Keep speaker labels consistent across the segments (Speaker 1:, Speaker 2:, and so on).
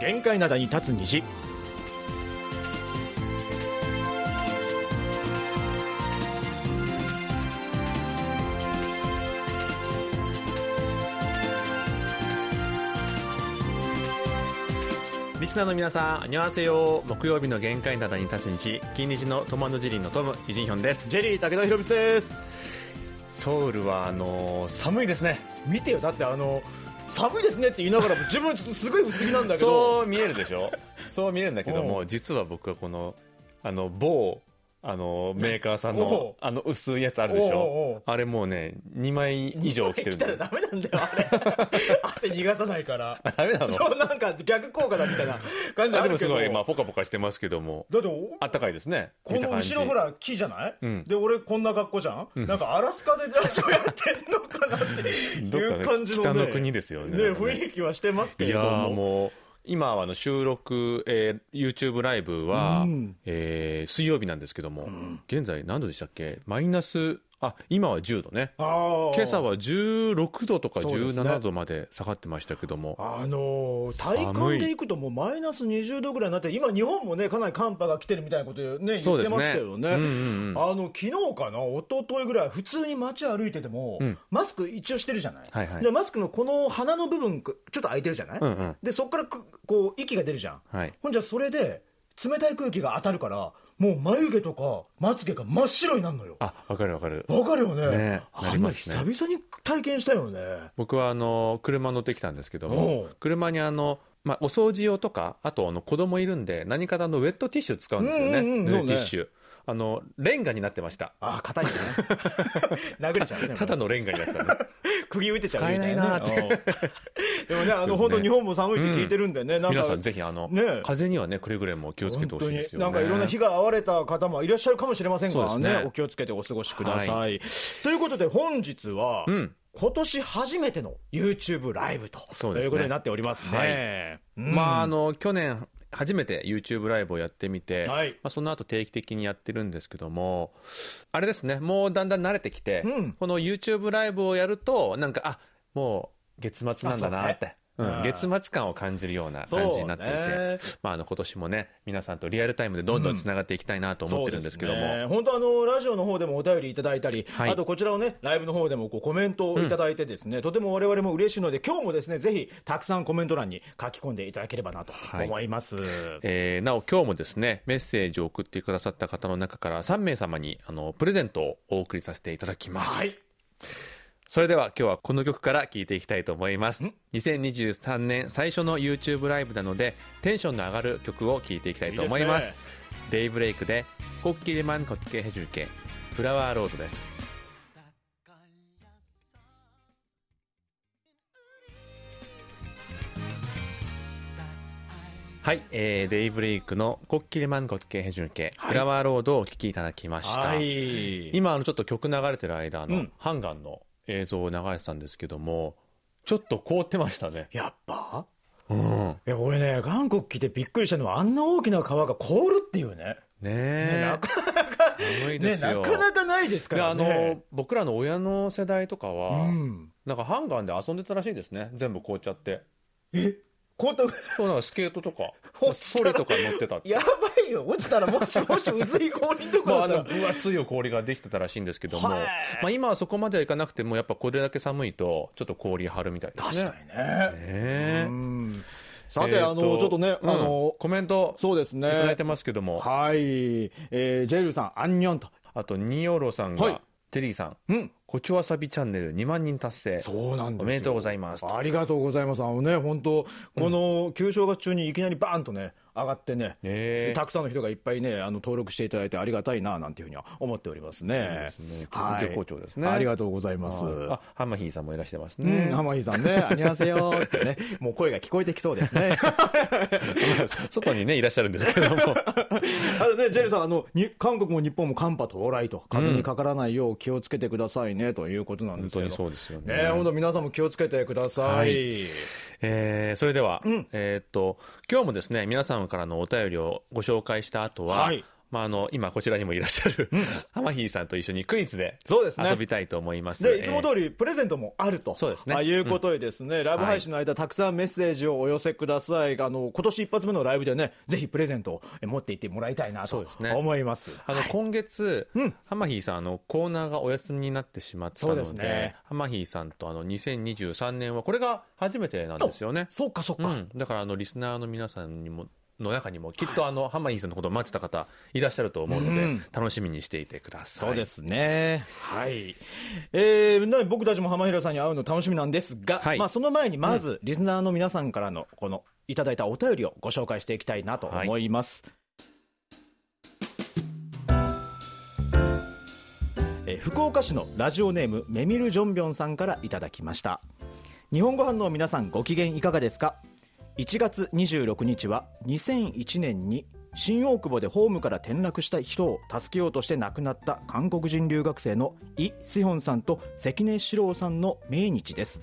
Speaker 1: 限界灘に立つ虹
Speaker 2: リスナーの皆さん、こんにちは。木曜日の限界灘に立つ日、金日のトマのジリンのトム、イジンヒョンです。
Speaker 1: ジェリー武田博光です
Speaker 2: ソウルは、あのー寒いですね。
Speaker 1: 見てよだってあの寒いですねって言いながらも自分ちょっとすごい薄着なんだけど
Speaker 2: そう見えるでしょ そう見えるんだけど
Speaker 1: う
Speaker 2: も、実は僕はこの、あの、某、あの、メーカーさん
Speaker 1: おう
Speaker 2: の、あの、薄いやつあるでし
Speaker 1: おうおうおう
Speaker 2: ょあれもうね、2枚以上着てる
Speaker 1: 来
Speaker 2: ん
Speaker 1: た
Speaker 2: だ
Speaker 1: ら
Speaker 2: よ。
Speaker 1: ダメなんだよ あれ汗逃がさないから
Speaker 2: あダメなの
Speaker 1: そうなんか逆効果だみたいな感じ
Speaker 2: あ
Speaker 1: あ
Speaker 2: で
Speaker 1: る
Speaker 2: も
Speaker 1: け
Speaker 2: す
Speaker 1: ど
Speaker 2: ごい、まあ、ポカポカしてますけども、
Speaker 1: だってお
Speaker 2: あったかいですね。
Speaker 1: この後ろほ
Speaker 2: ぐらい
Speaker 1: ら木じゃない、
Speaker 2: うん
Speaker 1: で俺こんな格好じゃん、なんかアラスカでラジオやってんのかなって
Speaker 2: どっか
Speaker 1: い
Speaker 2: ね
Speaker 1: う感じの、ね、
Speaker 2: 北の国ですよね
Speaker 1: ね
Speaker 2: なんかね
Speaker 1: 雰囲気はしてますけ
Speaker 2: い
Speaker 1: れど
Speaker 2: や
Speaker 1: も
Speaker 2: ーもう、今はあの収録、えー YouTube ライブは、
Speaker 1: うん
Speaker 2: えー水曜日なんですけども、現在何度でしたっけマイナス、あ、今は10度ね。
Speaker 1: あー
Speaker 2: 今朝は16度とか
Speaker 1: そうですね
Speaker 2: 17度まで下がってましたけども、
Speaker 1: あのー体
Speaker 2: 寒
Speaker 1: 感
Speaker 2: い
Speaker 1: でいくともうマイナス20度ぐらいになって今日本もねかなり寒波が来てるみたいなこと、ね、言
Speaker 2: そう
Speaker 1: っ
Speaker 2: で
Speaker 1: て
Speaker 2: すね
Speaker 1: ますけどね
Speaker 2: うんうんうん
Speaker 1: あの昨日かな一昨日ぐらい普通に街歩いてても、
Speaker 2: うん
Speaker 1: マスク一応してるじゃない、
Speaker 2: はいはい
Speaker 1: でマスクのこの鼻の部分ちょっと空いてるじゃない、
Speaker 2: うんうん
Speaker 1: でそこからくこう息が出るじゃん、
Speaker 2: はい
Speaker 1: ほんじゃそれで冷たい空気が当たるからもう眉毛とかまつ毛が真っ白になるのよ
Speaker 2: あ、わかるわかる。
Speaker 1: わかるよね
Speaker 2: ね
Speaker 1: あ
Speaker 2: なり
Speaker 1: んな
Speaker 2: ます
Speaker 1: 久
Speaker 2: ね
Speaker 1: 々に体験したよね
Speaker 2: 僕はあの車乗ってきたんですけど
Speaker 1: お
Speaker 2: も
Speaker 1: う、
Speaker 2: 車にあの、まあ、お掃除用とか、あとあの子供いるんで、何かとあのウェットティッシュ使うんですよね、
Speaker 1: うんうんうん
Speaker 2: 濡れティッ
Speaker 1: そ
Speaker 2: シュ。あのレンガになってました。
Speaker 1: ああ 硬いよね殴れちゃうね
Speaker 2: ただのレンガに なってたの。
Speaker 1: 釘打てちゃうみ
Speaker 2: 使
Speaker 1: たい
Speaker 2: えないな
Speaker 1: な
Speaker 2: ーって
Speaker 1: ねうん でもねあの本当日本も寒いって聞いてるんでね、なんか
Speaker 2: 皆さんぜひあの、
Speaker 1: ねえ
Speaker 2: 風邪にはねくれぐれも気をつけてほしいんですよね。
Speaker 1: 本当になんかいろんな被害遭われた方もいらっしゃるかもしれませんから
Speaker 2: そう
Speaker 1: ね
Speaker 2: ですね
Speaker 1: お気をつけてお過ごしください、
Speaker 2: は
Speaker 1: ということで本日は、
Speaker 2: うん
Speaker 1: 今年初めての YouTube ライブと
Speaker 2: そうですね
Speaker 1: ということになっておりますね、うん
Speaker 2: まああの去年初めて YouTube ライブをやってみて、
Speaker 1: はい
Speaker 2: まあ、その後定期的にやってるんですけどもあれですねもうだんだん慣れてきて、
Speaker 1: うん
Speaker 2: この YouTube ライブをやるとなんかあもう月末なんだなって、
Speaker 1: あそうね
Speaker 2: うん
Speaker 1: うん
Speaker 2: 月末感を感じるような感じになっていて、
Speaker 1: そうね
Speaker 2: まあ、あの今年もね皆さんとリアルタイムでどんどんつながっていきたいなと思ってるんですけども、
Speaker 1: そうね本当あのラジオの方でもお便りいただいたり、
Speaker 2: はい
Speaker 1: あとこちらをねライブの方でもこうコメントをいただいてですね、とても我々も嬉しいので今日もですねぜひたくさんコメント欄に書き込んでいただければなと
Speaker 2: はい
Speaker 1: 思います、
Speaker 2: えーなお今日もですねメッセージを送ってくださった方の中から3名様にあのプレゼントをお送りさせていただきます、
Speaker 1: はい
Speaker 2: それでは今日はこの曲から聴いていきたいと思います2023年最初の YouTube ライブなのでテンションの上がる曲を聴いていきたいと思います
Speaker 1: いいです
Speaker 2: デイブレイクで「コッキリマンコッケヘジュケフラワーロード」ですはい、えーデイブレイクの「コッキリマンコッケヘジュケフラワーロード」をお聴きいただきました、
Speaker 1: はい
Speaker 2: 今あのちょっと曲流れてる間あの、
Speaker 1: うん
Speaker 2: ハンガンの映像を流れてたんですけどもちょっと凍ってましたね
Speaker 1: やっぱ
Speaker 2: うんね
Speaker 1: いや俺ね韓国来てびっくりしたのはあんな大きな川が凍るっていうね
Speaker 2: え
Speaker 1: なか
Speaker 2: 寒い
Speaker 1: ね
Speaker 2: で
Speaker 1: な
Speaker 2: すよ、
Speaker 1: かなかないですか
Speaker 2: で
Speaker 1: ら
Speaker 2: あの、
Speaker 1: ね
Speaker 2: 僕らの親の世代とかは、
Speaker 1: うん
Speaker 2: なんかハンガンで遊んでたらしいですね全部凍っちゃって
Speaker 1: 凍った
Speaker 2: そうなんかスケートとか
Speaker 1: 落ち
Speaker 2: ソ
Speaker 1: たら
Speaker 2: リとか乗ってたって
Speaker 1: やばいよ落ちたらもしもし薄い氷のとこ
Speaker 2: ま
Speaker 1: だ
Speaker 2: あ、あ
Speaker 1: ったら
Speaker 2: の分厚い氷ができてたらしいんですけども、
Speaker 1: はい
Speaker 2: まあ、今はそこまではいかなくてもやっぱこれだけ寒いとちょっと氷張るみたいです
Speaker 1: 確
Speaker 2: ね
Speaker 1: かにね
Speaker 2: ね
Speaker 1: う
Speaker 2: え
Speaker 1: んさて、
Speaker 2: えー
Speaker 1: あのちょっとね、
Speaker 2: うん
Speaker 1: あの
Speaker 2: コメント
Speaker 1: そうですね
Speaker 2: いただいてますけども、
Speaker 1: はい、えージェイルさん、アンニョンと、
Speaker 2: あとニオロさんが、
Speaker 1: はい
Speaker 2: テリーさん
Speaker 1: うん、
Speaker 2: コチュワサビチャンネル2万人達成
Speaker 1: そうなんですよ
Speaker 2: おめでとうございます
Speaker 1: ありがとうございます、あのね、本当、この旧正月中にいきなりバーンとね、上がってね、
Speaker 2: え
Speaker 1: たくさんの人がいっぱいね、あの登録していただいて、ありがたいななんていうふうには思っておりますね。
Speaker 2: そうですね
Speaker 1: はい
Speaker 2: 絶好調ですね
Speaker 1: ありがとうございます。
Speaker 2: あハマヒーさんもいらしてます
Speaker 1: うん、
Speaker 2: ね、
Speaker 1: 浜井さんね、ありがせよってね、もう声が聞こえてきそうですね。
Speaker 2: 外にねいらっしゃるんですけ ども
Speaker 1: あとね、ジェルさん、あの、に韓国も日本も寒波到来と、風にかからないよう気をつけてくださいね、ということなんで
Speaker 2: 本
Speaker 1: す
Speaker 2: 当
Speaker 1: けど。
Speaker 2: にそうですよね
Speaker 1: ね、本当皆さんも気をつけてくださ。
Speaker 2: はいえーそれでは、
Speaker 1: ん
Speaker 2: えーっと今日もですね皆さんからのお便りをご紹介した後は、
Speaker 1: はい
Speaker 2: まあ、あの、今こちらにもいらっしゃる、浜ひさんと一緒にクイズで
Speaker 1: そうですね
Speaker 2: 遊びたいと思います。
Speaker 1: でいつも
Speaker 2: えー
Speaker 1: 通りプレゼントもあると、
Speaker 2: そうですね
Speaker 1: あいうことでですね、ライブ配信の間、たくさんメッセージをお寄せください。あの今年一発目のライブでね、ぜひプレゼントを持っていってもらいたいな
Speaker 2: そ
Speaker 1: と
Speaker 2: うですね
Speaker 1: 思います。
Speaker 2: あの、今月、
Speaker 1: うん
Speaker 2: 浜ひさん、あの、コーナーがお休みになってしまったの
Speaker 1: そうです
Speaker 2: で
Speaker 1: ね、
Speaker 2: 浜ひさんとあの、2023年は、これが初めてなんですよね。
Speaker 1: そうかそう
Speaker 2: う
Speaker 1: か。
Speaker 2: ん、だからあのリスナーの皆さんにもの中にもきっとあのハンマーインさんのことを待ってた方いらっしゃると思うので、
Speaker 1: うん
Speaker 2: 楽しみにしていてください。
Speaker 1: そうですね。はい。えーな僕たちも浜平さんに会うの楽しみなんですが、
Speaker 2: はい
Speaker 1: まあその前にまず、リスナーの皆さんからの、この、いただいたお便りをご紹介していきたいなと思います。えー福岡市のラジオネームメミル・ジョンビョンさんからいただきました日本語版の皆さんご機嫌いかがですか1月26日は2001年に新大久保でホームから転落した人を助けようとして亡くなった韓国人留学生のイ・スヒョンさんと関根史郎さんの命日です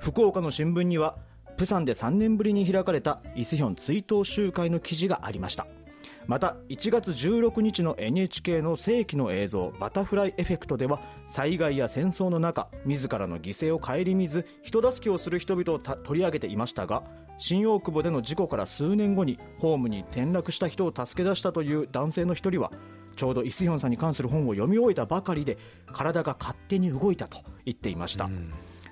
Speaker 1: 福岡の新聞にはプサンで3年ぶりに開かれたイ・スヒョン追悼集会の記事がありましたまた1月16日の NHK の世紀の映像「バタフライエフェクト」では災害や戦争の中自らの犠牲を顧みず人助けをする人々をた取り上げていましたが新大久保での事故から数年後にホームに転落した人を助け出したという男性の一人はちょうどイスヒョンさんに関する本を読み終えたばかりで体が勝手に動いたと言っていました。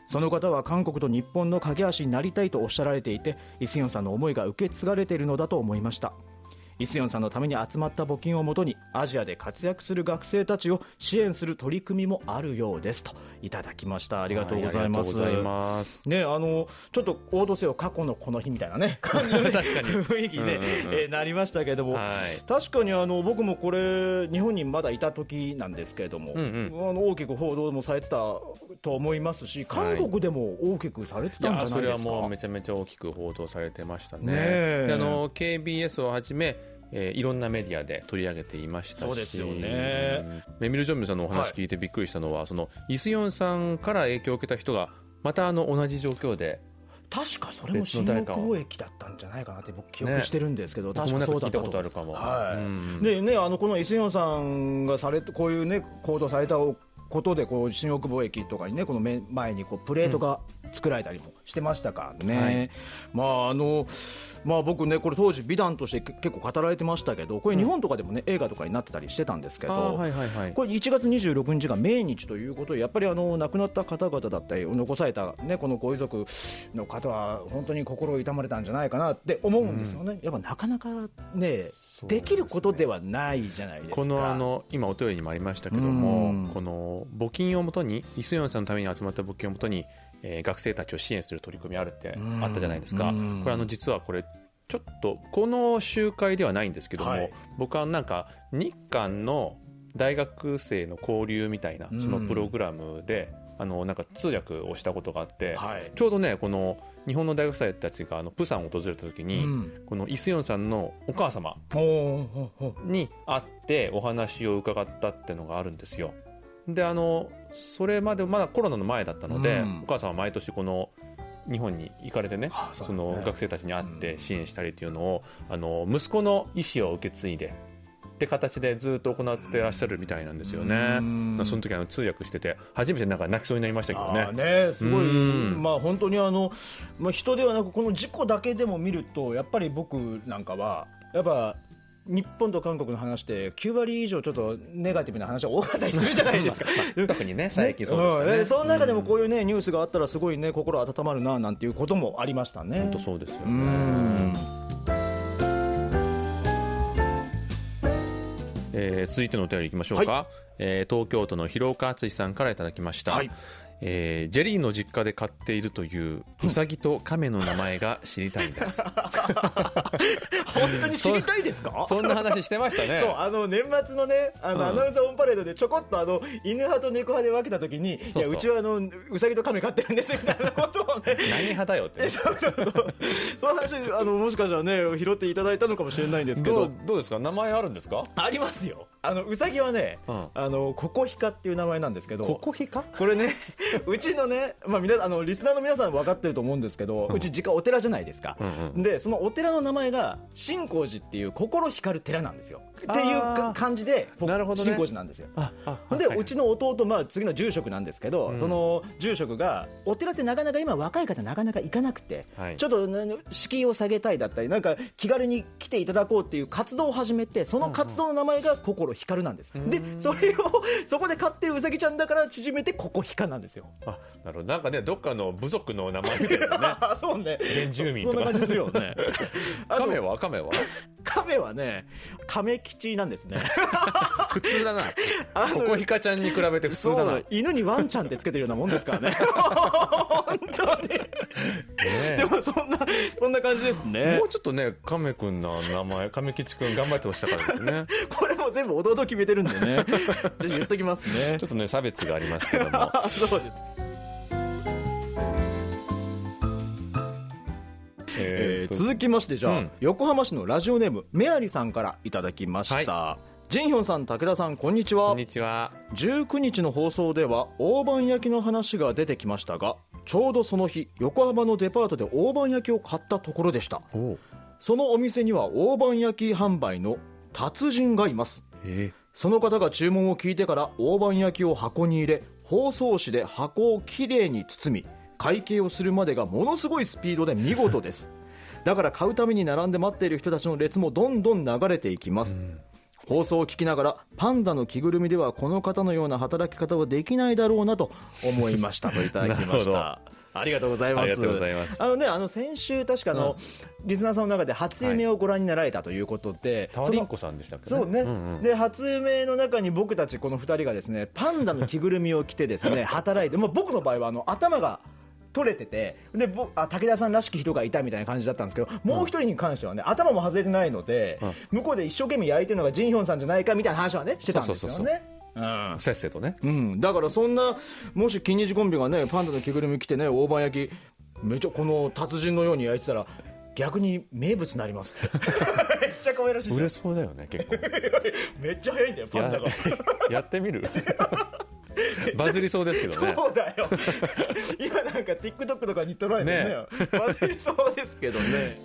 Speaker 1: その方は韓国と日本の架け橋になりたいとおっしゃられていてイスヨンさんの思いが受け継がれているのだと思いましたイスヨンさんのために集まった募金をもとにアジアで活躍する学生たちを支援する取り組みもあるようですといただきましたありがとうございます,、
Speaker 2: はいありがとうございます
Speaker 1: ね、あのちょっと大戸瀬を過去のこの日みたいなね感じのね
Speaker 2: 確かに
Speaker 1: 雰囲気に、ね
Speaker 2: うんうんうん
Speaker 1: えーなりましたけども、
Speaker 2: はい
Speaker 1: 確かにあの僕もこれ日本にまだいた時なんですけれども、
Speaker 2: ん
Speaker 1: あの大きく報道もされてたと思いますし韓国でも大きくされて
Speaker 2: い
Speaker 1: た
Speaker 2: や
Speaker 1: んじゃ
Speaker 2: そ
Speaker 1: ない
Speaker 2: れ
Speaker 1: で
Speaker 2: は
Speaker 1: すか、
Speaker 2: もうめちゃめちゃ大きく報道されてましたね。
Speaker 1: ねえ
Speaker 2: であの KBS をはじめ、えーいろんなメディアで取り上げていましたし
Speaker 1: そうですよね
Speaker 2: うんメミル・ジョンミョンさんのお話
Speaker 1: はい
Speaker 2: 聞いてびっくりしたのは、そのイスヨンさんから影響を受けた人がまたあの同じ状況で
Speaker 1: 確かそれも新大久保駅だったんじゃないかなって僕記憶してるんですけど、
Speaker 2: 僕も
Speaker 1: 確
Speaker 2: な
Speaker 1: か
Speaker 2: んか
Speaker 1: そう
Speaker 2: 聞い
Speaker 1: だったた
Speaker 2: こととあるかも。
Speaker 1: はい
Speaker 2: うん
Speaker 1: でね、あのこのイスヨンさんがされこういう、ね、行動されたことでこう新大久保駅とかに、ね、このめ前にこうプレートが作られたりもしてましたからね、まああのまあ、僕ね、これ当時美談としてけ結構語られてましたけどこれ日本とかでも、ね映画とかになってたりしてたんですけど。
Speaker 2: あーはいはいはい。
Speaker 1: これ1月26日が命日ということでやっぱりあの亡くなった方々だったり残された、ね、このご遺族の方は本当に心を痛まれたんじゃないかなって思うんですよね、やっぱなかなかね
Speaker 2: そうですね
Speaker 1: できることではないじゃないですか。
Speaker 2: このあの今お便りにもありましたけども、
Speaker 1: うん
Speaker 2: この募金をもとにイ・スヨンさんのために集まった募金をもとに、えー学生たちを支援する取り組みあるって
Speaker 1: うん
Speaker 2: あったじゃないですか、
Speaker 1: うん
Speaker 2: これあの実はこれちょっとこの集会ではないんですけども、
Speaker 1: はい
Speaker 2: 僕はなんか日韓の大学生の交流みたいな
Speaker 1: うん
Speaker 2: そのプログラムで、あのなんか通訳をしたことがあって、
Speaker 1: はい
Speaker 2: ちょうどねこの日本の大学生たちがあのプサンを訪れた時に、
Speaker 1: うん
Speaker 2: このイ・スヨンさんのお母様
Speaker 1: ほうほうほう
Speaker 2: に会ってお話を伺ったってのがあるんですよであのそれまでまだコロナの前だったので、
Speaker 1: うん
Speaker 2: お母さんは毎年この日本に行かれてね
Speaker 1: あ
Speaker 2: そ
Speaker 1: そうですね
Speaker 2: の学生たちに会っ
Speaker 1: う
Speaker 2: て
Speaker 1: ん
Speaker 2: 支援したりっていうのを、あの息子の意思を受け継いでって形でずっと行ってらっしゃるみたいなんですよね、
Speaker 1: うん
Speaker 2: その時あの通訳してて初めてなんか泣きそうになりましたけど
Speaker 1: あ
Speaker 2: ね
Speaker 1: あね、すごい、
Speaker 2: うん
Speaker 1: まあ、本当にあの、まあ、人ではなくこの事故だけでも見るとやっぱり僕なんかはやっぱ日本と韓国の話って9割以上ちょっとネガティブな話が多かったりするじゃないで すか。
Speaker 2: 特にね最近そうでしたね、
Speaker 1: んその中でもこういうね、ニュースがあったらすごいね心温まるななんていうこともありましたね。
Speaker 2: 本当そうですよね、
Speaker 1: うん
Speaker 2: えー続いてのお便りいきましょうか、えー東京都の広岡敦さんからいただきました、
Speaker 1: はい
Speaker 2: えージェリーの実家で飼っているというウサギとカメの名前が知りたいです
Speaker 1: 本当に知りたいですか？
Speaker 2: そんな話してましたね
Speaker 1: そうあの年末のねあの、
Speaker 2: うん
Speaker 1: アナウンサーオンパレードでちょこっとあの犬派と猫派で分けた時に
Speaker 2: そうそう
Speaker 1: やうちはあのうさぎと亀飼ってるんですみたいなことを ね
Speaker 2: 何派だよってね
Speaker 1: その話あのもしかしたらね拾っていただいたのかもしれないんですけ
Speaker 2: ど
Speaker 1: ど
Speaker 2: うどうですか名前あるんですか
Speaker 1: ありますよあのうさぎはね、
Speaker 2: うん
Speaker 1: あのココヒカっていう名前なんですけど
Speaker 2: ココヒカ
Speaker 1: これね うちのね、まあ、皆あのリスナーの皆さん分かってると思うんですけど、
Speaker 2: う
Speaker 1: うんち実家お寺じゃないですか、
Speaker 2: うんうん
Speaker 1: でそのお寺の名前が新光寺っていう心光る寺なんですよっていう
Speaker 2: あー
Speaker 1: か感じで僕
Speaker 2: なるほどね
Speaker 1: 新光寺なんですよ
Speaker 2: ああ
Speaker 1: で、
Speaker 2: はいう
Speaker 1: ちの弟、まあ、次の住職なんですけど、
Speaker 2: うん
Speaker 1: その住職がお寺ってなかなか今若い方なかなか行かなくて、
Speaker 2: はい
Speaker 1: ちょっとな敷居を下げたいだったりなんか気軽に来ていただこうっていう活動を始めてその活動の名前が心光なんです、
Speaker 2: うん
Speaker 1: でそれを そこで飼ってるうさぎちゃんだから縮めてここ光なんですよ。
Speaker 2: あなるほどなんかねどっかの部族の名前みたいなね
Speaker 1: そうね
Speaker 2: 原住民
Speaker 1: そ
Speaker 2: と
Speaker 1: んな
Speaker 2: か
Speaker 1: 感じするよ ねあと
Speaker 2: 亀は亀は
Speaker 1: 亀はね亀吉なんですね
Speaker 2: 普通だな
Speaker 1: あの
Speaker 2: ココヒカちゃんに比べて普通だな
Speaker 1: そう
Speaker 2: ね
Speaker 1: 犬にワンちゃんってつけてるようなもんです からね本当に
Speaker 2: え
Speaker 1: でもそんなそんな感じですね
Speaker 2: もうちょっとね亀くんの名前亀吉くん頑張ってほしかった からね
Speaker 1: これも全部弟決めてるん でねじゃあ言っときますね
Speaker 2: ちょっとね差別がありますけども
Speaker 1: あそうですえ
Speaker 2: え
Speaker 1: ー
Speaker 2: ーと
Speaker 1: 続きましてじゃあ、
Speaker 2: うん
Speaker 1: 横浜市のラジオネームメアリさんからいただきました、ジェンヒョンさん武田さんこんにち
Speaker 2: こ
Speaker 1: は
Speaker 2: んにちは
Speaker 1: 19日の放送では大判焼きの話が出てきましたがちょうどその日横浜のデパートで大判焼きを買ったところでしたそのお店には大判焼き販売の達人がいます
Speaker 2: え
Speaker 1: その方が注文を聞いてから大判焼きを箱に入れ包装紙で箱をきれいに包み会計をするまでがものすごいスピードで見事ですだから買うために並んで待っている人たちの列もどんどん流れていきます、放送を聞きながらパンダの着ぐるみではこの方のような働き方はできないだろうなと思いましたといただき
Speaker 2: なる
Speaker 1: ま
Speaker 2: ほ
Speaker 1: し
Speaker 2: ど
Speaker 1: たありがとうございま
Speaker 2: あ
Speaker 1: す
Speaker 2: りがとうございます
Speaker 1: あのねあの先週確かあの、リスナーさんの中で初夢をご覧になられたということで、
Speaker 2: タワリンコさんでしたっけ
Speaker 1: そうね、
Speaker 2: んうん
Speaker 1: で初夢の中に僕たちこの2人がですねパンダの着ぐるみを着てで すね働いて、まあ、僕の場合はあの頭が取れててでぼあ武田さんらしき人がいたみたいな感じだったんですけどもう一人に関してはね、頭も外れてないので、向こうで一生懸命焼いてるのがジンヒョンさんじゃないかみたいな話はねしてたんですよ
Speaker 2: そうそうそう
Speaker 1: ね。うん
Speaker 2: せっせとね
Speaker 1: うん、だからそんなもし金日コンビがねパンダの着ぐるみ着てね大判焼きめちゃこの達人のように焼いてたら逆に名物になり ますめっちゃ可愛らしいじゃん
Speaker 2: 売れそうだよね結構
Speaker 1: めっちゃ早いんだよパンダが
Speaker 2: や やってみる バズりそうですけどね
Speaker 1: そうだよ 今なんか TikTok とかに撮られてねバズりそうですけどね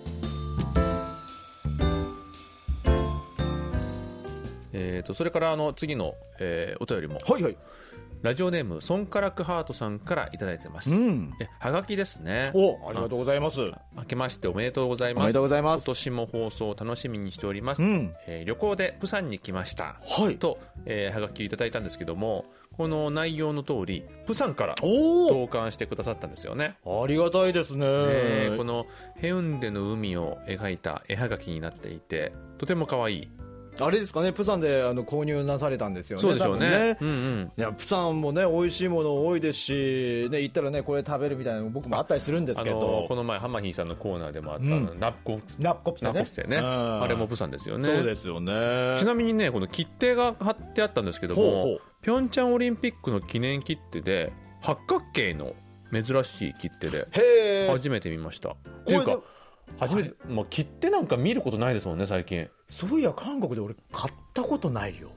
Speaker 2: えーとそれからあの次の、えーお便りも
Speaker 1: はいはい
Speaker 2: ラジオネームソンカラクハートさんからいただいてます、
Speaker 1: うん
Speaker 2: えはがきですね
Speaker 1: おありがとうございます
Speaker 2: 明けましておめでとうございます
Speaker 1: おめでとうございま
Speaker 2: 今
Speaker 1: す
Speaker 2: 年も放送を楽しみにしております、
Speaker 1: うん
Speaker 2: えー旅行で釜山に来ました
Speaker 1: はい
Speaker 2: と、えーはがきをいただいたんですけどもこの内容の通り釜山から
Speaker 1: お
Speaker 2: 投函してくださったんですよね
Speaker 1: おありがたいですね
Speaker 2: えーこのヘウンデの海を描いた絵はがきになっていてとても可愛い
Speaker 1: あれですかねプサンであの購入なされたんですよね
Speaker 2: そうでしょうね
Speaker 1: 多
Speaker 2: う
Speaker 1: 分
Speaker 2: んうん
Speaker 1: いやプサンもね美味しいもの多いですし、ね、行ったらねこれ食べるみたいなの僕もあったりするんです
Speaker 2: あ
Speaker 1: けど、
Speaker 2: のこの前ハマヒーさんのコーナーでもあった、あのナプコ
Speaker 1: ナッコプセ
Speaker 2: ナ
Speaker 1: ね
Speaker 2: ポッセね、
Speaker 1: うん
Speaker 2: あれもプサンですよね
Speaker 1: そうですよね
Speaker 2: ちなみにねこの切手が貼ってあったんですけど
Speaker 1: ほうほ
Speaker 2: も
Speaker 1: う
Speaker 2: ピョンチャンオリンピックの記念切手で八角形の珍しい切手で
Speaker 1: へえ
Speaker 2: 初めて見ましたって
Speaker 1: れ
Speaker 2: い
Speaker 1: で
Speaker 2: うか初めて、もう切手なんか見ることないですもんね最近
Speaker 1: そういや韓国で俺買ったことないよ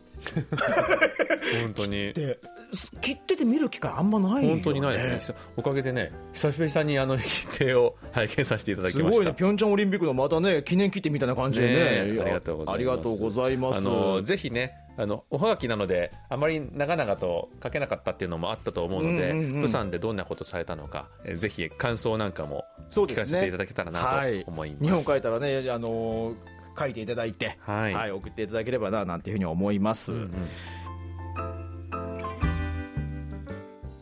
Speaker 2: 本当に
Speaker 1: ってす切ってて見る機会あんまないよ、ね、
Speaker 2: 本当にないですねおかげでね久々にあの切手を拝見させていただき
Speaker 1: す
Speaker 2: ました
Speaker 1: ごいねピョンチャンオリンピックのまたね記念切手みたいな感じでね
Speaker 2: ねえ
Speaker 1: いや
Speaker 2: ありがとうございます
Speaker 1: ありがとうございます
Speaker 2: あのぜひねあのおはがきなのであまり長々と書けなかったっていうのもあったと思うので、
Speaker 1: うんうんうん
Speaker 2: 釜山でどんなことされたのかえーぜひ感想なんかも
Speaker 1: そう
Speaker 2: 聞
Speaker 1: で
Speaker 2: か
Speaker 1: す
Speaker 2: せ
Speaker 1: ね
Speaker 2: ていただけたらな
Speaker 1: はい
Speaker 2: と思います。
Speaker 1: 日本書いたらねあの書いていただいて
Speaker 2: はい
Speaker 1: 送っていただければななんていうふうに思います、
Speaker 2: うんうん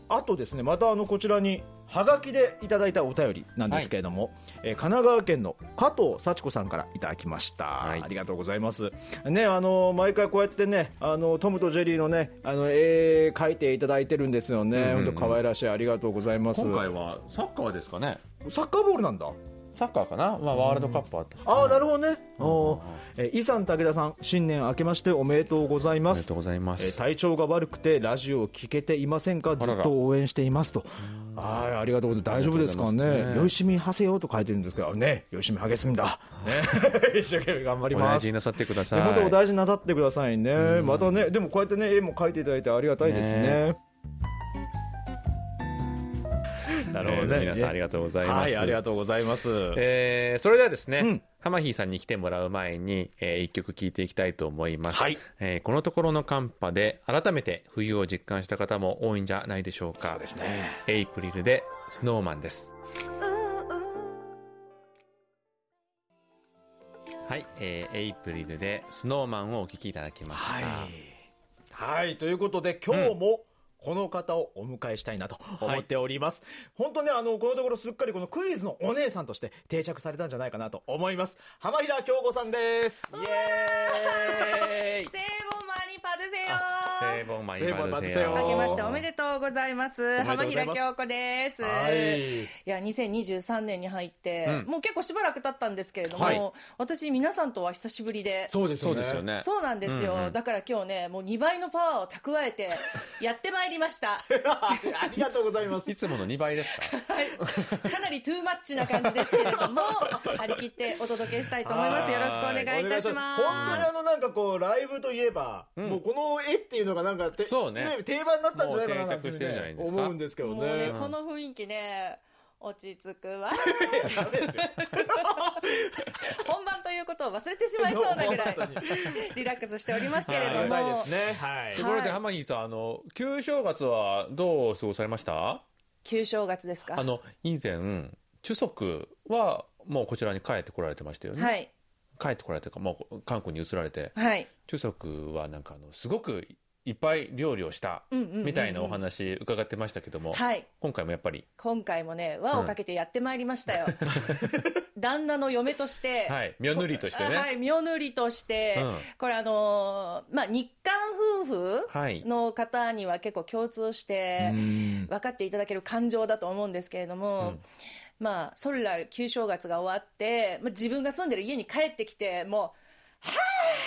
Speaker 1: あとですねまたあのこちらにはがきでいただいたお便りなんですけれども、えー神奈川県の加藤幸子さんからいただきました、
Speaker 2: はい
Speaker 1: ありがとうございますねあの毎回こうやってねあのトムとジェリーのねあの絵描いていただいてるんですよね、
Speaker 2: うんうんうん
Speaker 1: 本当可愛らしいありがとうございます
Speaker 2: 今回はサッカーですかね
Speaker 1: サッカーボールなんだ
Speaker 2: サッカーかな、まあ、ワールドカップあったし、
Speaker 1: ああな
Speaker 2: る
Speaker 1: るほどね、おーえー、イさん武田さん新年明けましておめでとうござい
Speaker 2: あ
Speaker 1: ま
Speaker 2: りが
Speaker 1: す
Speaker 2: とうございま
Speaker 1: えー
Speaker 2: す、
Speaker 1: 体調が悪くてラジオを聞けていませんかず
Speaker 2: らら
Speaker 1: っと応援していますとああありがとうございます大丈夫ですか
Speaker 2: ありがとうござい
Speaker 1: ね
Speaker 2: ます
Speaker 1: 「よしみはせよ」と書いてるんですけどねよしみ励すんだ、ね、 一生懸命頑張り
Speaker 2: お
Speaker 1: ま
Speaker 2: 大
Speaker 1: す
Speaker 2: 事になさってくださ
Speaker 1: ね
Speaker 2: い
Speaker 1: 本当お大事になさってくださいね、またねでもこうやってね絵も描いていただいてありがたいですね
Speaker 2: ね
Speaker 1: な
Speaker 2: え
Speaker 1: るほ
Speaker 2: ー
Speaker 1: どね、
Speaker 2: 皆さんありがとうございます、
Speaker 1: はいありがとうございます、
Speaker 2: えーそれではですね、
Speaker 1: うん
Speaker 2: ハマヒーさんに来てもらう前に、え1曲聴いていきたいと思います、
Speaker 1: はい
Speaker 2: えーこのところの寒波で改めて冬を実感した方も多いんじゃないでしょうかそうです
Speaker 1: ね
Speaker 2: エイプリルでスノーマンですはい、えーエイプリルでスノーマンをお聴きいただきました、
Speaker 1: はい、ということで今日も、この方をお迎えしたいなと思っております。本当ね、あの、このところすっかりこのクイズのお姉さんとして定着されたんじゃないかなと思います。浜平京子さんです。イエーイ
Speaker 3: 聖母マリパデセ
Speaker 2: セ
Speaker 3: ヨ
Speaker 2: ーボンマイ
Speaker 1: セーボンマ
Speaker 2: バル
Speaker 1: イバル
Speaker 2: セ
Speaker 1: セヨ
Speaker 2: ヨ
Speaker 3: 明けましておめでとうございます。
Speaker 1: おめでと
Speaker 3: 浜
Speaker 1: うござい
Speaker 3: 平
Speaker 1: ます
Speaker 3: 京子です。
Speaker 1: はい。
Speaker 3: いや2023年に入って、
Speaker 2: うん
Speaker 3: もう結構しばらく経ったんですけれども、
Speaker 2: はい
Speaker 3: 私皆さんとは久しぶりで
Speaker 1: そうです
Speaker 2: そ
Speaker 1: よ
Speaker 2: う
Speaker 1: ね。
Speaker 2: ですよね
Speaker 3: そうなんですよ、
Speaker 2: うんうん
Speaker 3: だから今日ねもう2倍のパワーを蓄えてやってまいりました
Speaker 1: ありがとうございます。
Speaker 2: いつもの2倍ですか
Speaker 3: はいかなりトゥーマッチな感じですけれども張り切ってお届けしたいと思いますよろしくお願いいたします
Speaker 1: 本当にあのなんかこうライブといえば、
Speaker 2: ん
Speaker 1: もうこの絵っていうのがなんかて
Speaker 2: そうね
Speaker 1: 定番になったんじゃないかななん
Speaker 2: もう定着してるんじゃないですか
Speaker 1: 思うんですけど
Speaker 3: もう
Speaker 1: ね。
Speaker 3: ねこの雰囲気ね落ち着くわ
Speaker 1: いやダメですよ。
Speaker 3: 本番ということを忘れてしまいそう なぐらい
Speaker 1: 本当に
Speaker 3: リラックスしておりますけれ
Speaker 1: あ
Speaker 3: ど
Speaker 1: りが
Speaker 3: も、
Speaker 1: たいですね。はい。
Speaker 2: ところで浜木さんあの旧正月はどう過ごされました
Speaker 3: 旧正月ですか
Speaker 2: あの以前中足はもうこちらに帰ってこられてましたよね、
Speaker 3: はい
Speaker 2: 帰ってこられてかもう韓国に移られて
Speaker 3: はい
Speaker 2: 中足はなんかあのすごくいっぱい料理をした
Speaker 3: うんうんうんうん
Speaker 2: みたいなお話伺ってましたけども、
Speaker 3: はい
Speaker 2: 今回もやっぱり
Speaker 3: 今回もね輪をかけてやってまいりましたよ、 旦那の嫁として、
Speaker 2: はい妙塗りとしてね
Speaker 3: あはい、妙塗りとして、
Speaker 2: うん
Speaker 3: これあのーまあ日韓夫
Speaker 2: はい
Speaker 3: 婦の方には結構共通して、分かっていただける感情だと思うんですけれども、まあそれら旧正月が終わって、まあ、自分が住んでる家に帰ってきてもう「はあ